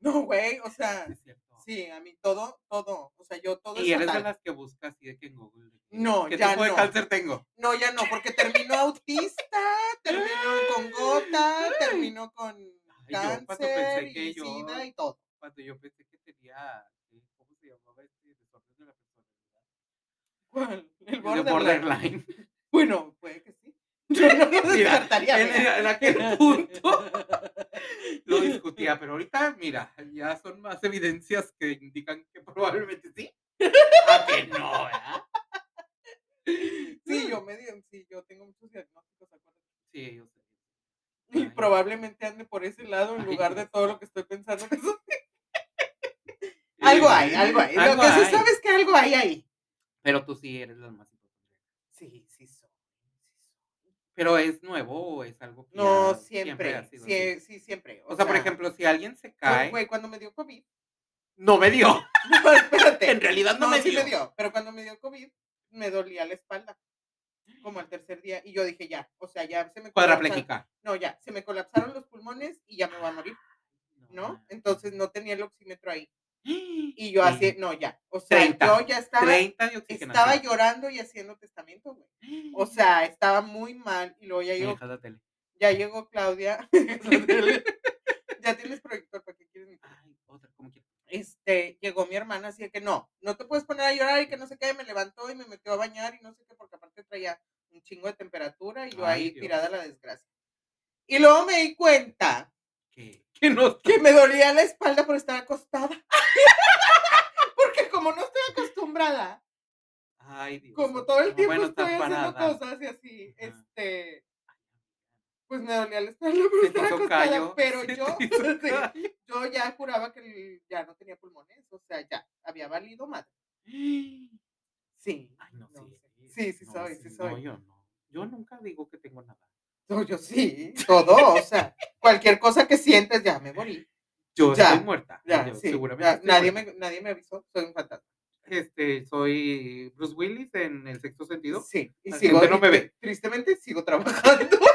No, güey, o sea,
Es cierto.
sí, a mí todo, todo, o sea, yo todo es
Y eres de
fatal.
las que busca así de que en Google. de que,
No,
¿Qué
ya
tipo de
no.
cáncer tengo?
No, ya no, porque terminó autista, terminó con gota, terminó con
yo cuando
cáncer
pensé que
y
yo-
sida y todo.
Cuando yo pensé que tenía, ¿sí? ¿cómo se llamaba este desorden de la personalidad?
¿Cuál? El
El de
borderline.
borderline.
Bueno, puede que sí. Yo no lo
Mira,
descartaría.
en-
mira.
en aquel punto Lo discutía, pero ahorita, mira, ya son más evidencias que indican que probablemente sí. A que no, ¿verdad?
Sí, yo me di- sí, yo tengo muchos diagnósticos, acuérdate.
Sí, yo sé.
Y
Ay.
probablemente ande por ese lado en
Ay,
lugar de
Dios.
todo lo que estoy pensando. que son- algo hay, algo hay.
Eh, Algo
lo que
hay.
sí sabes que algo hay ahí.
Pero tú sí eres la más importante.
Sí, sí soy. sí soy.
Pero es nuevo o es algo que
No,
ya
siempre.
ha sido
sie-
así?
sí, siempre.
O sea, por ejemplo, si alguien se
Güey,
cae,
güey, cuando me dio COVID.
no me dio.
No, espérate.
En realidad no, me,
sí
dio.
me dio. Pero cuando me dio COVID, me dolía la espalda. Como al tercer día. Y yo dije, ya. O sea, ya se me colapsaron-
Cuadrapléjica.
No, ya. Se me colapsaron los pulmones y ya me voy a morir,
Ah.
¿no? Entonces no tenía el oxímetro ahí. Y yo así, no, ya. O sea,
30,
yo ya estaba.
30 de oxigenación.
Estaba llorando y haciendo testamento, güey. O sea, estaba muy mal. Y luego ya
Me
llegó,
dejas la tele.
ya llegó Claudia. ya tienes proyector, ¿para qué quieres mi
Ay, otra, como que-
este, llegó mi hermana así de que no, no te puedes poner a llorar y que no sé qué, y me levantó y me metió a bañar y no sé qué, porque aparte traía un chingo de temperatura y yo
Ay,
ahí
Dios.
tirada a la desgracia. Y luego me di cuenta
que- que no
que me dolía la espalda por estar acostada. Porque como no estoy acostumbrada,
Ay, Dios.
como todo el tiempo
Bueno, estás
estoy haciendo
parada.
cosas y así,
Ajá.
este, pues me dolía la espalda por
Se te
estar
hizo un
acostada,
callo,
pero
se te
yo,
hizo un
sí,
callo.
yo ya juraba que el- ya no tenía pulmones, o sea, ya había valido madre.
Ay,
Sí.
no,
No, sí,
sí.
sí
no,
soy, sí
No,
soy.
yo no. Yo nunca digo que tengo nada.
No, yo sí, todo, o sea, cualquier cosa que sientes, ya me morí.
Yo
Ya,
estoy muerta.
Ya,
yo
sí,
seguramente
ya,
estoy
nadie,
muerta.
me, nadie me avisó, soy un fantasma.
Este, soy Bruce Willis en El Sexto Sentido.
Sí, y
La
sigo,
gente no me
y-
ve.
tristemente, sigo trabajando.
Nada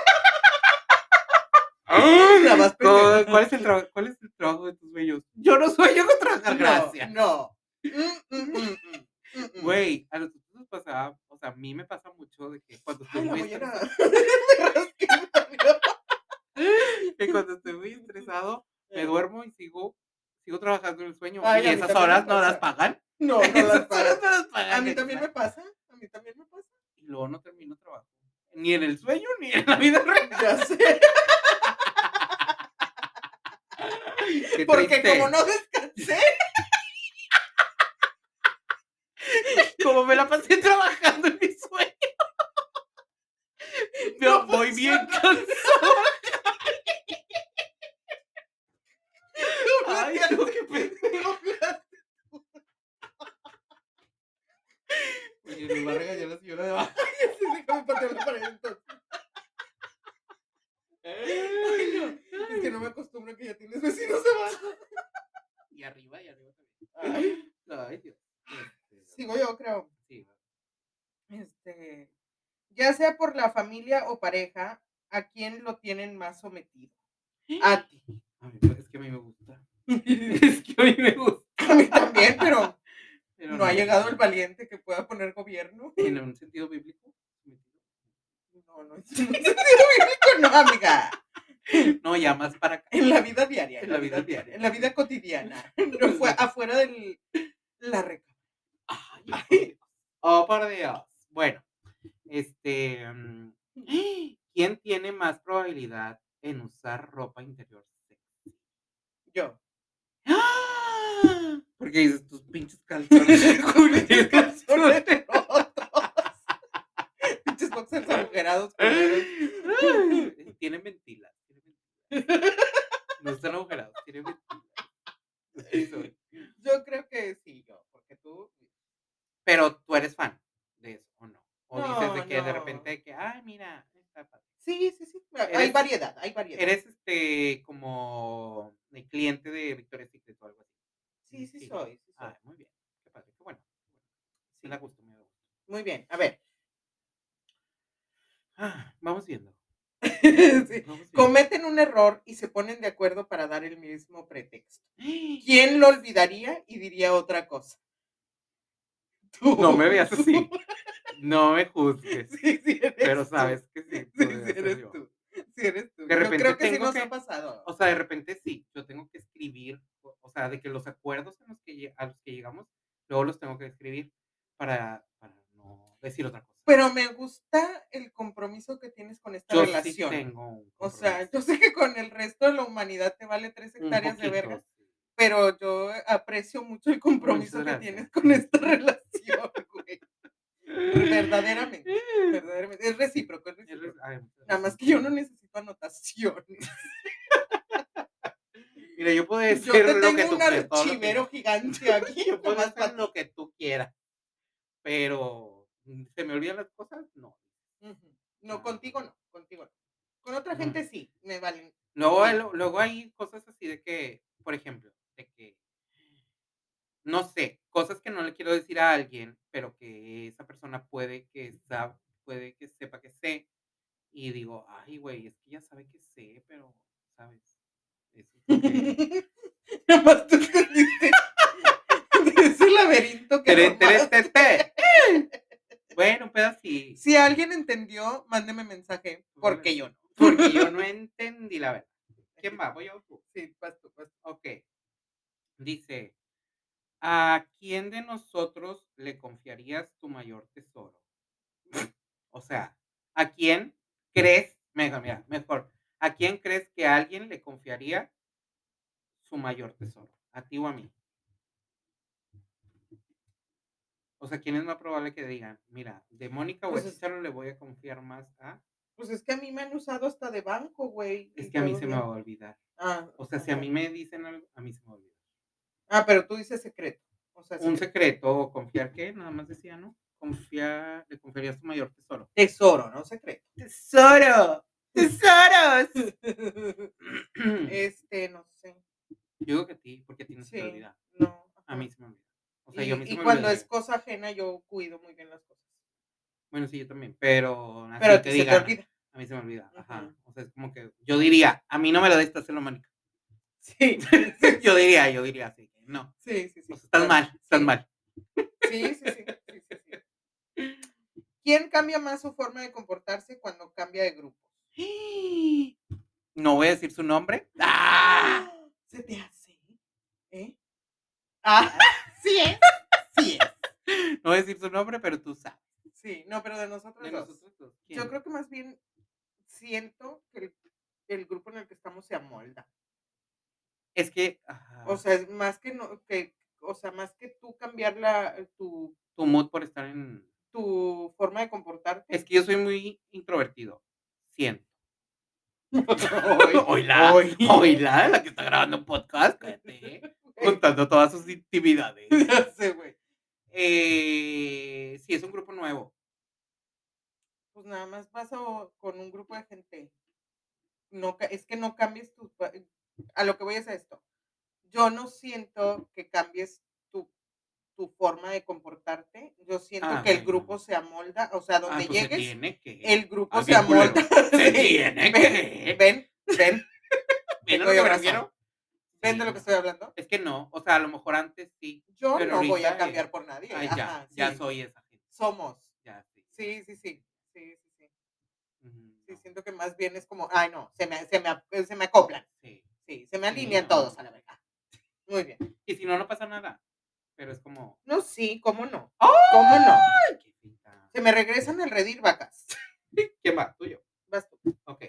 más
¿Cuál,
pendeja.
cuál es el traba- ¿Cuál es el trabajo de tus sueños? Yo no sueño con trabajar, gracias.
No, no. Mm, mm, mm, mm, mm, mm.
Güey, a nosotros nos pasaba, o sea, a mí me pasa mucho de que cuando estoy
Ay, la
muy
mollera.
estresado,
Me rasqué, salió.
que cuando estoy muy estresado, me duermo y sigo, sigo trabajando en el sueño.
Eh. Ay,
y
a mí
esas
también me
horas no
pasa.
las pagan.
No, no las
Esas
pagas.
horas no las pagan.
A mí también me
exacto.
pasa, a mí también me pasa.
Y luego no termino trabajo. Ni en el sueño, ni en la vida real.
Ya sé,
Qué
porque
triste.
como no descansé,
Como me la pasé trabajando en mi sueño. Yo
No
voy bien
funciona.
cansado.
no
Ay,
planteaste,
no, qué pendejo.
no planteaste.
Oye, nos va a regañar la señora de abajo.
Déjame patear la pared entonces. Ay, no, Es que no me acostumbro a que ya tienes vecinos abajo.
Y arriba, y arriba también.
Ay,
Ay, Dios.
Sigo yo, creo.
Sí, va.
Este, ya sea por la familia o pareja, ¿a quién lo tienen más sometido? A ti.
A mí, pues, es que a mí me gusta. Es que a mí me gusta.
A mí también, pero
pero
no ha llegado el valiente que pueda poner gobierno.
En un sentido bíblico.
No, no es un sentido bíblico, no, amiga.
No, ya más para acá.
En la vida diaria.
En la vida diaria.
En la vida cotidiana. No fue afuera del la reca.
Ay, por Dios. Oh, por Dios. Bueno, este. mm, ¿Quién tiene más probabilidad en usar ropa interior?
Yo.
¡Ah! Porque dices tus pinches calzones. de culo.
Calzones rotos. Pinches boxers agujerados. culeros.
Ay, Tienen ventilas. tienen ventilas. No están agujerados, tienen ventilas. Así soy.
Yo creo que sí, yo. Porque tú.
Pero tú eres fan de eso, ¿o no? O dices
No,
de que
no.
de repente de que, ay, mira, está padre.
Sí, sí, sí. Hay
Eres-
variedad, hay variedad.
Eres este como el cliente de Victoria's Secret o algo así.
Sí, sí,
Sí.
soy. sí soy.
Ah, muy bien. Qué padre, qué bueno. Me da gusto, me da gusto.
Muy bien, a ver.
Ah, vamos viendo.
Sí.
vamos viendo.
Cometen un error y se ponen de acuerdo para dar el mismo pretexto.
¡Ay!
¿Quién lo olvidaría y diría otra cosa? Tú.
No me veas así. No me juzgues.
Sí, sí eres
Pero
tú.
sabes que sí.
Sí, sí
podría ser
eres
yo.
tú. Sí eres tú.
De repente
Yo creo que sí
tengo
nos
que-
ha pasado.
O sea, de repente sí, yo tengo que escribir, o o sea, de que los acuerdos en los que, lle- a los que llegamos, luego los tengo que escribir para, para no decir otra cosa.
Pero me gusta el compromiso que tienes con esta
yo sí
relación.
tengo un
o sea,
compromiso,
yo sé que con el resto de la humanidad te vale tres
un
hectáreas de
poquito,
verga,
sí.
pero yo aprecio mucho el compromiso que
gracias.
tienes con esta relación, güey. Verdaderamente, verdaderamente. Es recíproco, es
Es
recíproco.
re- ay, muchas
Nada
gracias.
más que yo no necesito anotaciones.
Mira, yo puedo decir
Yo te
lo que
tengo
tú
un
quieras, todo lo que-
archivero gigante aquí.
yo puedo
nomás
hacer
pa-
lo que tú quieras, pero mm, se me olvidan las cosas, no.
Ujú. No, contigo no, contigo no. Con otra gente sí, me valen.
Luego, lo- luego hay cosas así de que, por ejemplo, de que, no sé, cosas que no le quiero decir a alguien, pero que esa persona puede que, sa- puede que sepa que sé. Y digo, ay, güey, es que ya sabe que sé, pero, ¿sabes? Eso es lo que-
Nada más tú entendiste. de ese laberinto que
Tere,
nomás-
tere, te, te. este". Bueno, pero sí,
Si alguien entendió, mándeme mensaje, porque yo no.
porque yo no entendí la verdad. ¿Quién va? ¿Voy yo o tú?
Sí, vas tú, vas tú.
Ok. Dice, ¿a quién de nosotros le confiarías tu mayor tesoro? o sea, ¿a quién crees, mega, mira, mejor, ¿a quién crees que alguien le confiaría su mayor tesoro? ¿A ti o a mí? O sea, ¿quién es más probable que digan, mira, de Mónica o
Pues
a
es-
Chicharo le voy a confiar más a...
Pues es que a mí me han usado hasta de banco, güey.
Es
y
que a mí
todo
se me
bien.
va a olvidar.
Ah,
O sea, si a
ajá.
mí me dicen algo, a mí se me olvida.
Ah, pero tú dices secreto. O sea,
un
secreto.
secreto o confiar que nada más decía, ¿no? Confiar, le confiarías tu mayor tesoro.
tesoro, no secreto.
¡Tesoro! ¡Tesoros!
este, no sé.
Yo digo que a ti, porque a ti no se te
Sí.
olvida.
No.
A
ajá.
mí se me olvida. O sea,
y
yo a mí se
y
me
cuando
olvidaría.
es cosa ajena, yo cuido muy bien las cosas.
Bueno, sí, yo también, pero así
Pero a
que
ti se te
digan,
olvida.
a mí se me olvida. Ajá.
Ujú.
O sea, es como que yo diría, a mí no me lo des, lo manica.
Sí,
yo diría, yo diría así. que No,
sí, sí. sí.
o sea, Pues, estás mal, estás
Sí.
mal.
Sí, sí, sí, sí, sí, sí. ¿Quién cambia más su forma de comportarse cuando cambia de grupo?
No voy a decir su nombre. ¡Ah!
Se te hace. ¿Eh? Ah, sí es. Sí es.
No voy a decir su nombre, pero tú sabes.
Sí, no, pero de nosotros
De
dos.
nosotros dos, ¿quién?
Yo creo que más bien siento que el, el grupo en el que estamos se amolda.
Es que ajá,
O sea, es más que no, que, o sea, más que tú cambiar la, tu,
tu mood por estar en.
tu forma de comportarte.
Es que yo soy muy introvertido. Siento.
Hoy-
Oila.
hoy.
Oila, la que está grabando un podcast, cállate, ¿eh? contando todas sus intimidades.
Ya sé, güey.
Eh, sí, es un grupo nuevo.
Pues nada más vas a- con un grupo de gente. No, ca- es que no cambies tu... pa- eh, A lo que voy es a esto. Yo no siento que cambies tu, tu forma de comportarte. Yo siento
Ah,
que el
bueno.
grupo se amolda. O sea, donde
Ah, pues se
llegues,
tiene que.
el grupo
Ah,
se
bien culero.
amolda.
Se
Sí.
tiene que.
Ven, ven, ven.
¿Ven a
tengo
lo que
yo
me
razón.
refiero?
¿Ven de lo que estoy hablando?
Es que no. O sea, a lo mejor antes sí.
Yo
Pero
no voy a
ahorita,
cambiar
eh,
por nadie.
Ay, ya,
Ajá,
ya
sí.
soy esa gente.
Somos.
Ya, sí.
Sí, sí, sí. Sí, sí, sí.
Ujú,
Sí,
no,
siento que más bien es como, ay, no, se me, se me, ap- se me acoplan.
sí.
Sí, se me
Sí,
alinean
no.
todos a la verdad. Muy bien.
Y si no, no pasa nada. Pero es como.
No, sí, cómo no. ¿Cómo no?
¡Ay, qué pinta!
¡Oh! Se me regresan al redir vacas.
¿Quién va? Tuyo.
Vas tú.
Ok.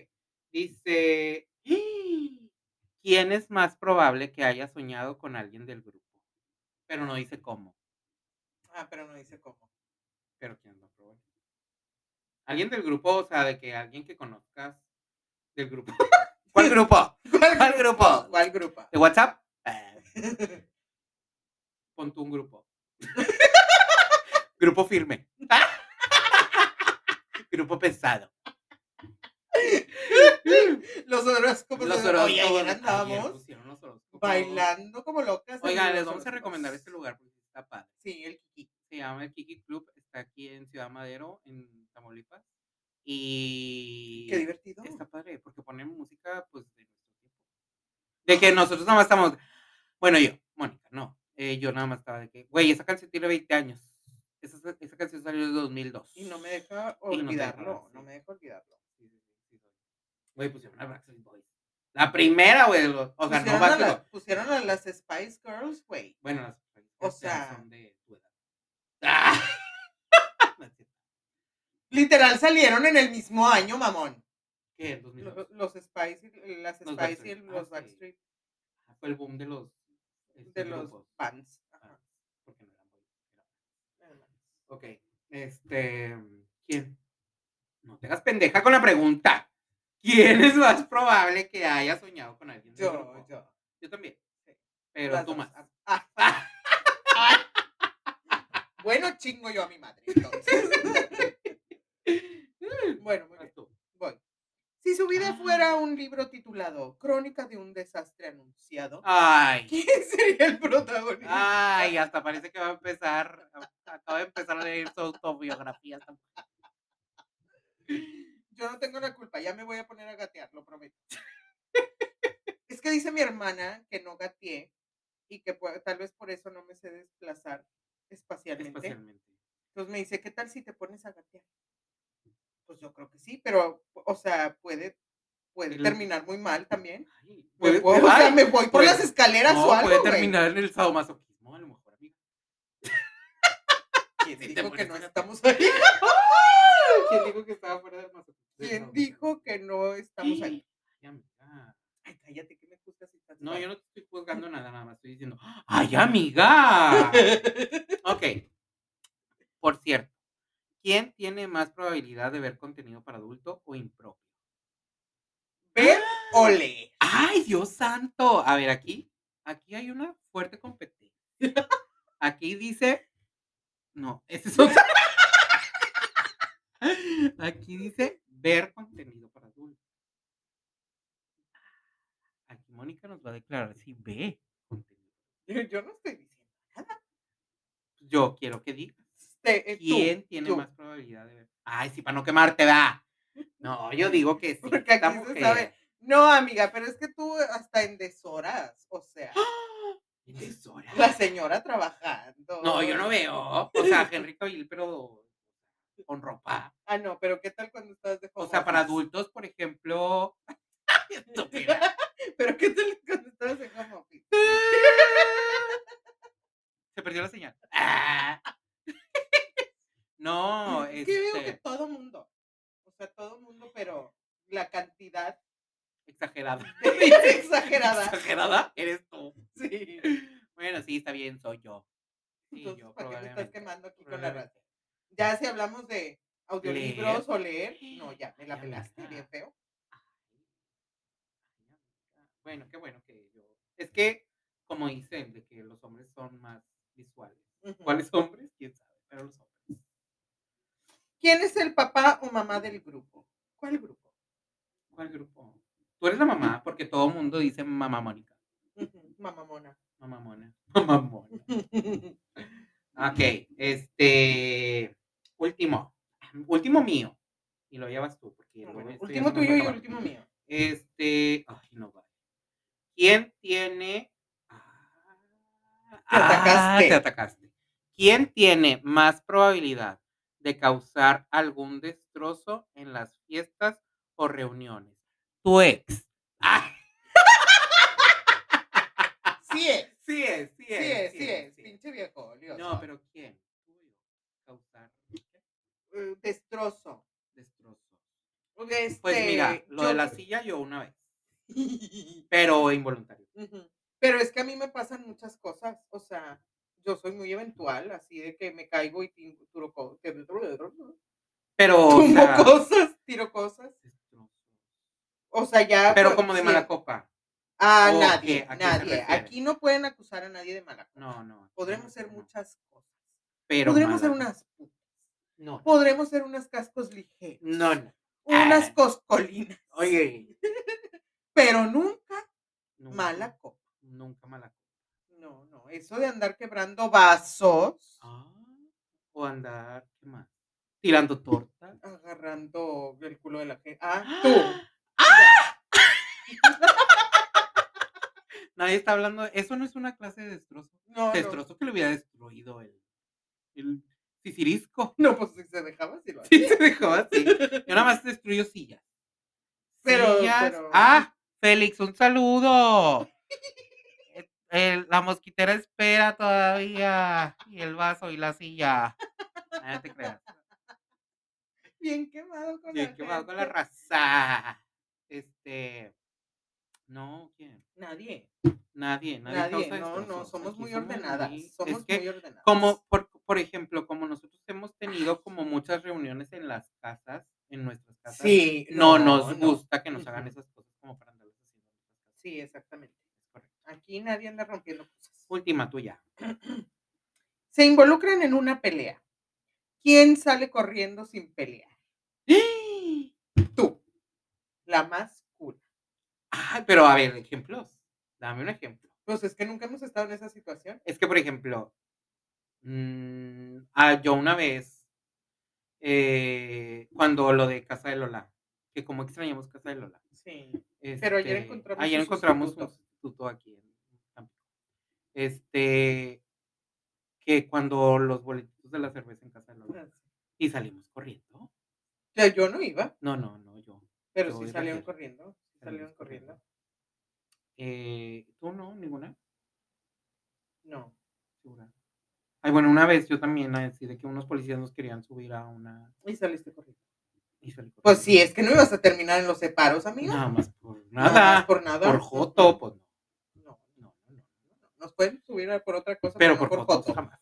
Dice, ¿quién es más probable que haya soñado con alguien del grupo? Pero no dice cómo.
Ah, pero no dice cómo.
Pero quién es más probable. Alguien del grupo, o sea, de que alguien que conozcas del grupo. ¿Cuál grupo? ¿Cuál grupo?
¿Cuál grupo?
¿De WhatsApp? Eh, Pon tú un grupo. grupo firme. grupo pensado.
Los horóscopos.
Los
de- Oye,
horóscopos,
ayer
ayer
andábamos
pusieron los horóscopos.
bailando como locas. en
Oigan,
los
les vamos a
horóscopos.
recomendar este lugar porque está padre.
Sí, el Kiki.
Se llama el Kiki Club, está aquí en Ciudad Madero, en Tamaulipas. Y
Qué divertido.
está padre porque ponen música pues de nuestro tiempo. De que nosotros nada más estamos, bueno, yo, Mónica, no, eh, yo nada más estaba de que, güey, esa canción tiene 20 años. Esa, esa canción salió en 2002.
Y no me deja
Y no te deja,
olvidarlo.
sí.
No me deja olvidarlo.
Sí, sí, sí, sí. Güey, pusieron a Backstreet Boys. La primera, güey, lo- o sea, no
Pusieron a,
Backstreet
la-
Boys.
pusieron a las Spice Girls, güey.
Bueno, las
O
Spice Girls ya
sea-
son de tu edad. ¡Ah! No es cierto.
Literal salieron en el mismo año, mamón.
¿Qué? ¿En
Lo-
2002?
Los Spice, y- las Spice
Los
y
Backstreet, ah,
los
sí.
Backstreet
Ah, Fue el boom de los, este,
de los
grupos.
fans.
Ah, porque no eran boys, era- Ok. Este. ¿Quién? No te hagas pendeja con la pregunta. ¿Quién es más probable que haya soñado con alguien? del
Yo,
grupo?
yo.
Yo también.
Sí.
Pero
Las
tú
dos.
más.
Ah, ah, ah, ah. Bueno, chingo yo a mi madre, entonces. bueno, muy bien. Si su
Ah.
vida fuera un libro titulado Crónica de un desastre anunciado,
Ah. Ay.
¿quién sería
Ah,
el protagonista?
Ay, hasta parece que va a empezar. Acaba de empezar a leer su autobiografía. esta mujer.
Yo no tengo la culpa, ya me voy a poner a gatear, lo prometo. es que dice mi hermana que no gateé y que pu- tal vez por eso no me sé desplazar espacialmente.
Especialmente.
Entonces me dice, ¿qué tal si te pones a gatear? Pues yo creo que sí, pero, o sea, puede, puede
El-
terminar muy mal también.
Ay,
Me
puede-
puedo- o sea,
Pues, ay,
me voy por
puede-
las escaleras
no,
o algo,
puede
güey.
terminar en el sadomasoquismo, a lo mejor, amiga.
¿Quién
Sí, te
dijo que
pones
no
a gatear.
estamos ahí?
¿Quién dijo que estaba fuera del masoquismo?
¿Quién dijo que no estamos ahí?
Ay, amiga.
Ay, cállate, que me juzgas y estás
No,
mal.
yo no te estoy juzgando nada, nada más estoy diciendo, ¡ay, amiga! ok. Por cierto, ¿quién tiene más probabilidad de ver contenido para adulto o impropio?
Ver
¡Ah!
o leer.
¡Ay, Dios santo! A ver, aquí, aquí hay una fuerte competencia. Aquí dice. No, ese es otro. Aquí dice ver contenido para adultos. Aquí Mónica nos va a declarar si ve contenido.
Yo- Yo no estoy diciendo.
Yo quiero que diga.
Este, eh, tú,
¿Quién tiene
tú.
más probabilidad de ver? Ay, sí, para no quemarte, va. No, yo digo que sí.
Porque
esta
aquí se
mujer.
sabe. No, amiga, pero es que tú hasta en deshoras, o sea,
Tienes horas.
la señora trabajando.
No, yo no veo. O sea, Henry Cavill, pero con ropa.
Ah, no, pero ¿qué tal cuando estás de
O
home
sea, para
office?
adultos, por ejemplo. Estúpida.
Pero ¿qué tal cuando estás en home office?
Se perdió la señal. Ah. No,
es que veo que
este,
todo mundo, o sea, todo mundo, pero la cantidad
exagerada.
es exagerada.
Exagerada, eres tú.
Sí.
Bueno, sí, está bien, soy yo. Sí,
Entonces,
yo
¿para qué me estás
probablemente.
quemando aquí con la
probablemente.
raza? Ya si hablamos de audiolibros o leer, no, ya, me la
Ya,
pelaste
amiga.
bien feo.
Bueno, qué bueno que yo. Es que, como dicen, de que los hombres son más visuales.
Ujú.
¿Cuáles hombres? ¿Quién sabe? Pero los hombres.
¿Quién es el papá o mamá del grupo? ¿Cuál grupo?
¿Cuál grupo? Tú eres la mamá, porque todo mundo dice mamá Mónica.
Ujú, Mamá mona.
Mamá Mona. Mamá Mona. Ok, este. Último. Último mío. Y lo llevas tú, porque el bueno, este ya
Ah, último
se nos va
tuyo
a
y
acabar.
último mío.
Este. Ay, no vale. ¿Quién tiene. Ah,
Te atacaste.
te atacaste. ¿Quién tiene más probabilidad de causar algún destrozo en las fiestas o reuniones? Tu ex. Ah,
Sí es,
sí es, sí
sí
es.
es, sí
sí
es,
sí
pinche viejo. lioso.
No, pero ¿quién? Tú, Causar
Eh, Destrozo.
destrozo.
Este,
Pues mira, lo de
yo-
la silla yo una vez, pero involuntario.
Ujú. Pero es que a mí me pasan muchas cosas, o sea, yo soy muy eventual, así de que me caigo y tin- tiro, co- que-
Pero, o
tumbo
sea,
cosas, tiro cosas,
destrozo.
o sea, ya...
pero
pues,
como de
sí,
mala copa.
A
¿o
nadie,
qué? ¿A qué se
nadie.
refiere?
Aquí no pueden acusar a nadie de mala copa.
No, no.
Podremos ser
muchas
muchas cosas.
Pero
Podremos ser
mala-
unas putas.
No,
Podremos ser unas cascos ligeros.
no, no.
Unas
Mm, Ah.
coscolinas.
Oye,
Pero nunca
nunca,
mala copa.
Nunca mala copa.
No, no. Eso de andar quebrando vasos,
Ah. o andar, ¿qué más? Tirando torta.
agarrando el culo de la gente. Ah, tú.
¡Ah! Nadie está hablando. Eso no es una clase de destrozo.
No, no.
Destrozo que le hubiera destruido el, el sisirisco.
No, pues si se dejaba, sí lo hacía.
Sí, se dejó así. Yo nada más destruyo sillas.
Pero-
Sillas.
pero-
Ah, Félix, un saludo. El- el- la mosquitera espera todavía. Y el vaso y la silla. Ah, No te creas.
Bien quemado con la
Bien, ¿Qué va con la
gente.
raza? Este. No, ¿quién?
Nadie.
Nadie, nadie.
Nadie.
causa
No, no.
destrozos.
Somos
Aquí
muy ordenadas.
muy-
Somos
es que
muy ordenadas.
como por, por ejemplo, como nosotros hemos tenido como muchas reuniones en las casas, en nuestras casas,
Sí.
no, nos gusta que nos
Ujú.
hagan esas cosas como para andarlas haciendo. en nuestras casas.
Sí, exactamente.
Es correcto.
Aquí nadie anda rompiendo cosas.
Última tuya.
Se involucran en una pelea.
¡Eh!
¿Quién sale corriendo sin pelear? Tú, la la más cool.
Ay, pero a ver, ejemplos. Dame un ejemplo.
Pues es que nunca hemos estado en esa situación.
Es que, por ejemplo, mm, ah, yo una vez, eh, cuando lo de Casa de Lola, que como extrañamos Casa de Lola.
Sí. Pero ayer
este,
encontramos
ayer
un
encontramos un
sustituto.
sustituto aquí en Tampico. Este, que cuando los boletitos de la cerveza en Casa de
Ah,
Lola y salimos corriendo.
Ya, yo no iba,
No, no, no, yo.
pero
Yo
sí
iba
salieron
ayer.
corriendo. sí Salieron corriendo.
Eh, ¿Tú no? ¿Ninguna?
No.
Segura. Ay, bueno, una vez yo también así de que unos policías nos querían subir a una.
Y saliste corriendo.
y salí
Pues
corriendo.
sí, es que no ibas a terminar en los separos, amiga.
Nada más por
Nada más
nada.
por nada.
por Joto, pues no.
No,
no, no, no.
Nos pueden subir a- por otra cosa,
Pero
no
por,
por
Joto,
foto.
jamás.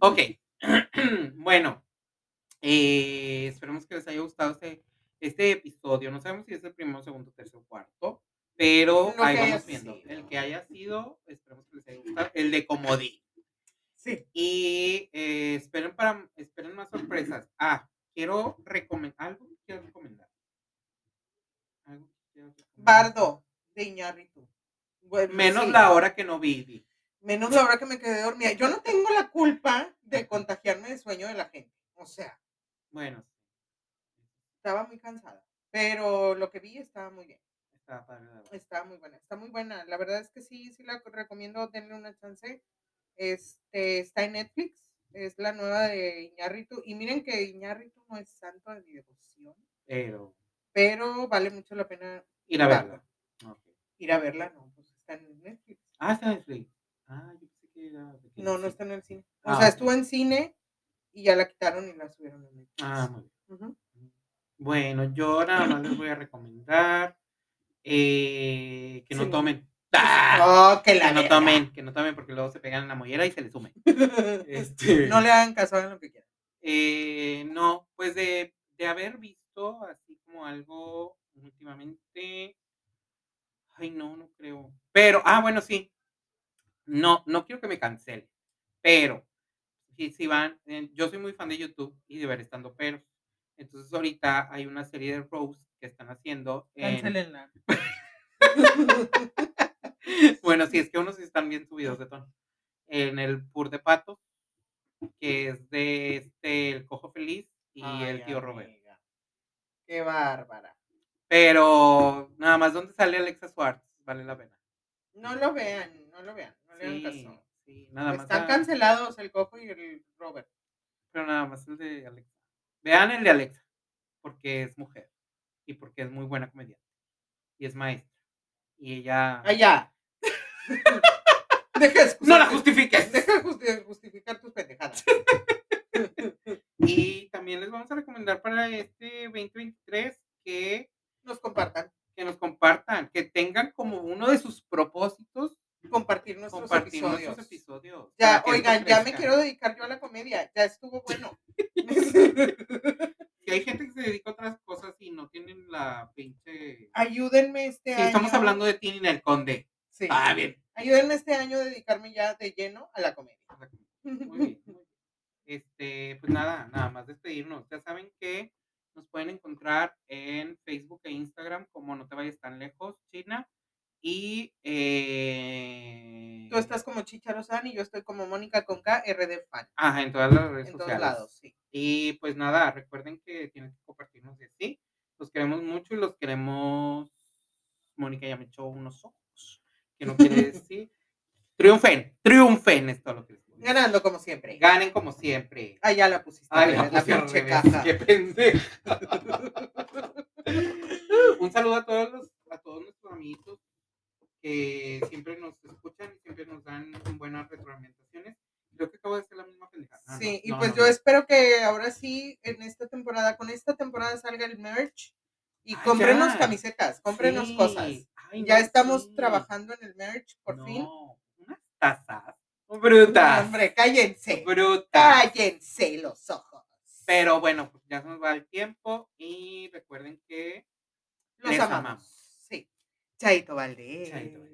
Ok. bueno. eh, esperemos que les haya gustado este, este episodio. No sabemos si es el primero, segundo, tercero, cuarto. Pero
Lo
ahí
que haya
vamos viendo.
sido.
El que haya sido, esperemos que les haya gustado. El de Comodín.
Sí.
Y eh, esperen, para, esperen más sorpresas. Ah, quiero recomendar algo que quiero recomendar. Algo que quiero recomendar.
Bardo de Iñárritu. Bueno,
Menos
sí.
la hora que no viví.
Menos la hora que me quedé dormida. Yo no tengo la culpa de contagiarme de sueño de la gente. O sea,
Bueno,
estaba muy cansada. Pero lo que vi estaba muy bien.
está padre. la verdad.
Está muy buena. Está muy buena. La verdad es que sí, sí la recomiendo. Denle una chance. Este, está en Netflix. Es la nueva de Iñárritu. Y miren que Iñárritu no es santo de mi devoción.
Pero,
Pero vale mucho la pena
ir a verla. Ok.
ir a verla. No, pues está en Netflix.
Ah, está en Netflix. Ah, yo pensé que era. de que
No, no
sí.
está en el cine. O
Ah,
sea,
ok.
estuvo en cine y ya la quitaron y la subieron en Netflix.
Ah, muy bien.
Ujú.
Bueno, yo nada más les voy a recomendar eh, que no
Sí.
tomen. Ah,
Oh, que la
Que no
verga.
tomen, que no tomen porque luego se pegan en la mollera y se les sume. Este...
No le hagan caso en lo que quieran.
Eh, no, pues de, de haber visto así como algo últimamente. Ay, no, no creo. Pero, ah, bueno, sí. No, no quiero que me cancele. Pero, si, si van, eh, yo soy muy fan de YouTube y de ver estando pero. Entonces, ahorita hay una serie de roast que están haciendo. en-
Cancelenla.
bueno, sí, es que unos sí están bien subidos de tono. En el Pur de Pato, que es de este, El Cojo Feliz y El Tío Roberto.
Roberto. Qué bárbara.
Pero nada más, ¿dónde sale Alexa Suárez? Vale la pena.
No lo vean, no lo vean, no le hagan
Sí,
caso.
sí, nada más.
Están
a-
cancelados el Coco y el Robert.
Pero nada más el de Alexa. Vean el de Alexa, porque es mujer y porque es muy buena comediante y es maestra. Y ella.
Allá. Deja excusas.
¡No la justifiques!
Deja justi- justificar tus pendejadas.
Y también les vamos a recomendar para este 2023 que
Nos compartan.
que nos compartan, que tengan como uno de sus propósitos
Compartir nuestros
compartir
episodios.
nuestros episodios.
Ya,
para que esto
oigan, ya me
crezca.
quiero dedicar yo a la comedia. Ya estuvo bueno.
Que hay gente que se dedica a otras cosas y no tienen la pinche.
Ayúdenme este
Sí,
año.
estamos hablando de Tini en el Conde.
Sí.
Ah, bien.
Ayúdenme este año a dedicarme ya de lleno a la comedia.
Muy bien. muy bien. Este, pues nada, nada más despedirnos. Ya saben que nos pueden encontrar en Facebook e Instagram como No Te Vayas Tan Lejos, China. Y. Eh...
Tú estás como Chicharo San y yo estoy como Mónica Conca, RD Fan.
Ajá, en todas las redes
En todos
sociales.
lados, sí.
Y pues nada, recuerden que tienen que compartirnos de sí. Los queremos mucho y los queremos. Mónica ya me echó unos ojos. Que no quiere decir. triunfen, triunfen, es todo lo que les digo.
Ganando como siempre.
Ganen como siempre.
Ah, ya la pusiste.
Ay,
al
la
revés,
puse
pinche
al revés,
caja.
qué pendeja. Un saludo a todos los, a todos nuestros amiguitos que siempre nos escuchan y siempre nos dan buenas retroalimentaciones. Creo que acabo de hacer la misma pendejada. Ah, no,
Sí, y
no,
pues
no,
yo
no.
espero que ahora sí, en esta temporada, con esta temporada salga el merch y
Ah,
cómprenos
ya.
camisetas, cómprenos
Sí.
cosas.
Ay,
Ya
no,
estamos
sí.
trabajando en el merch, por
No,
fin.
Unas tazas.
No,
Brutas.
hombre, cállense.
brutas.
Cállense los ojos.
Pero bueno, pues ya se nos va el tiempo y recuerden que
los
les
amamos.
amamos.
Sí. Chaito Valdés.
Chaito,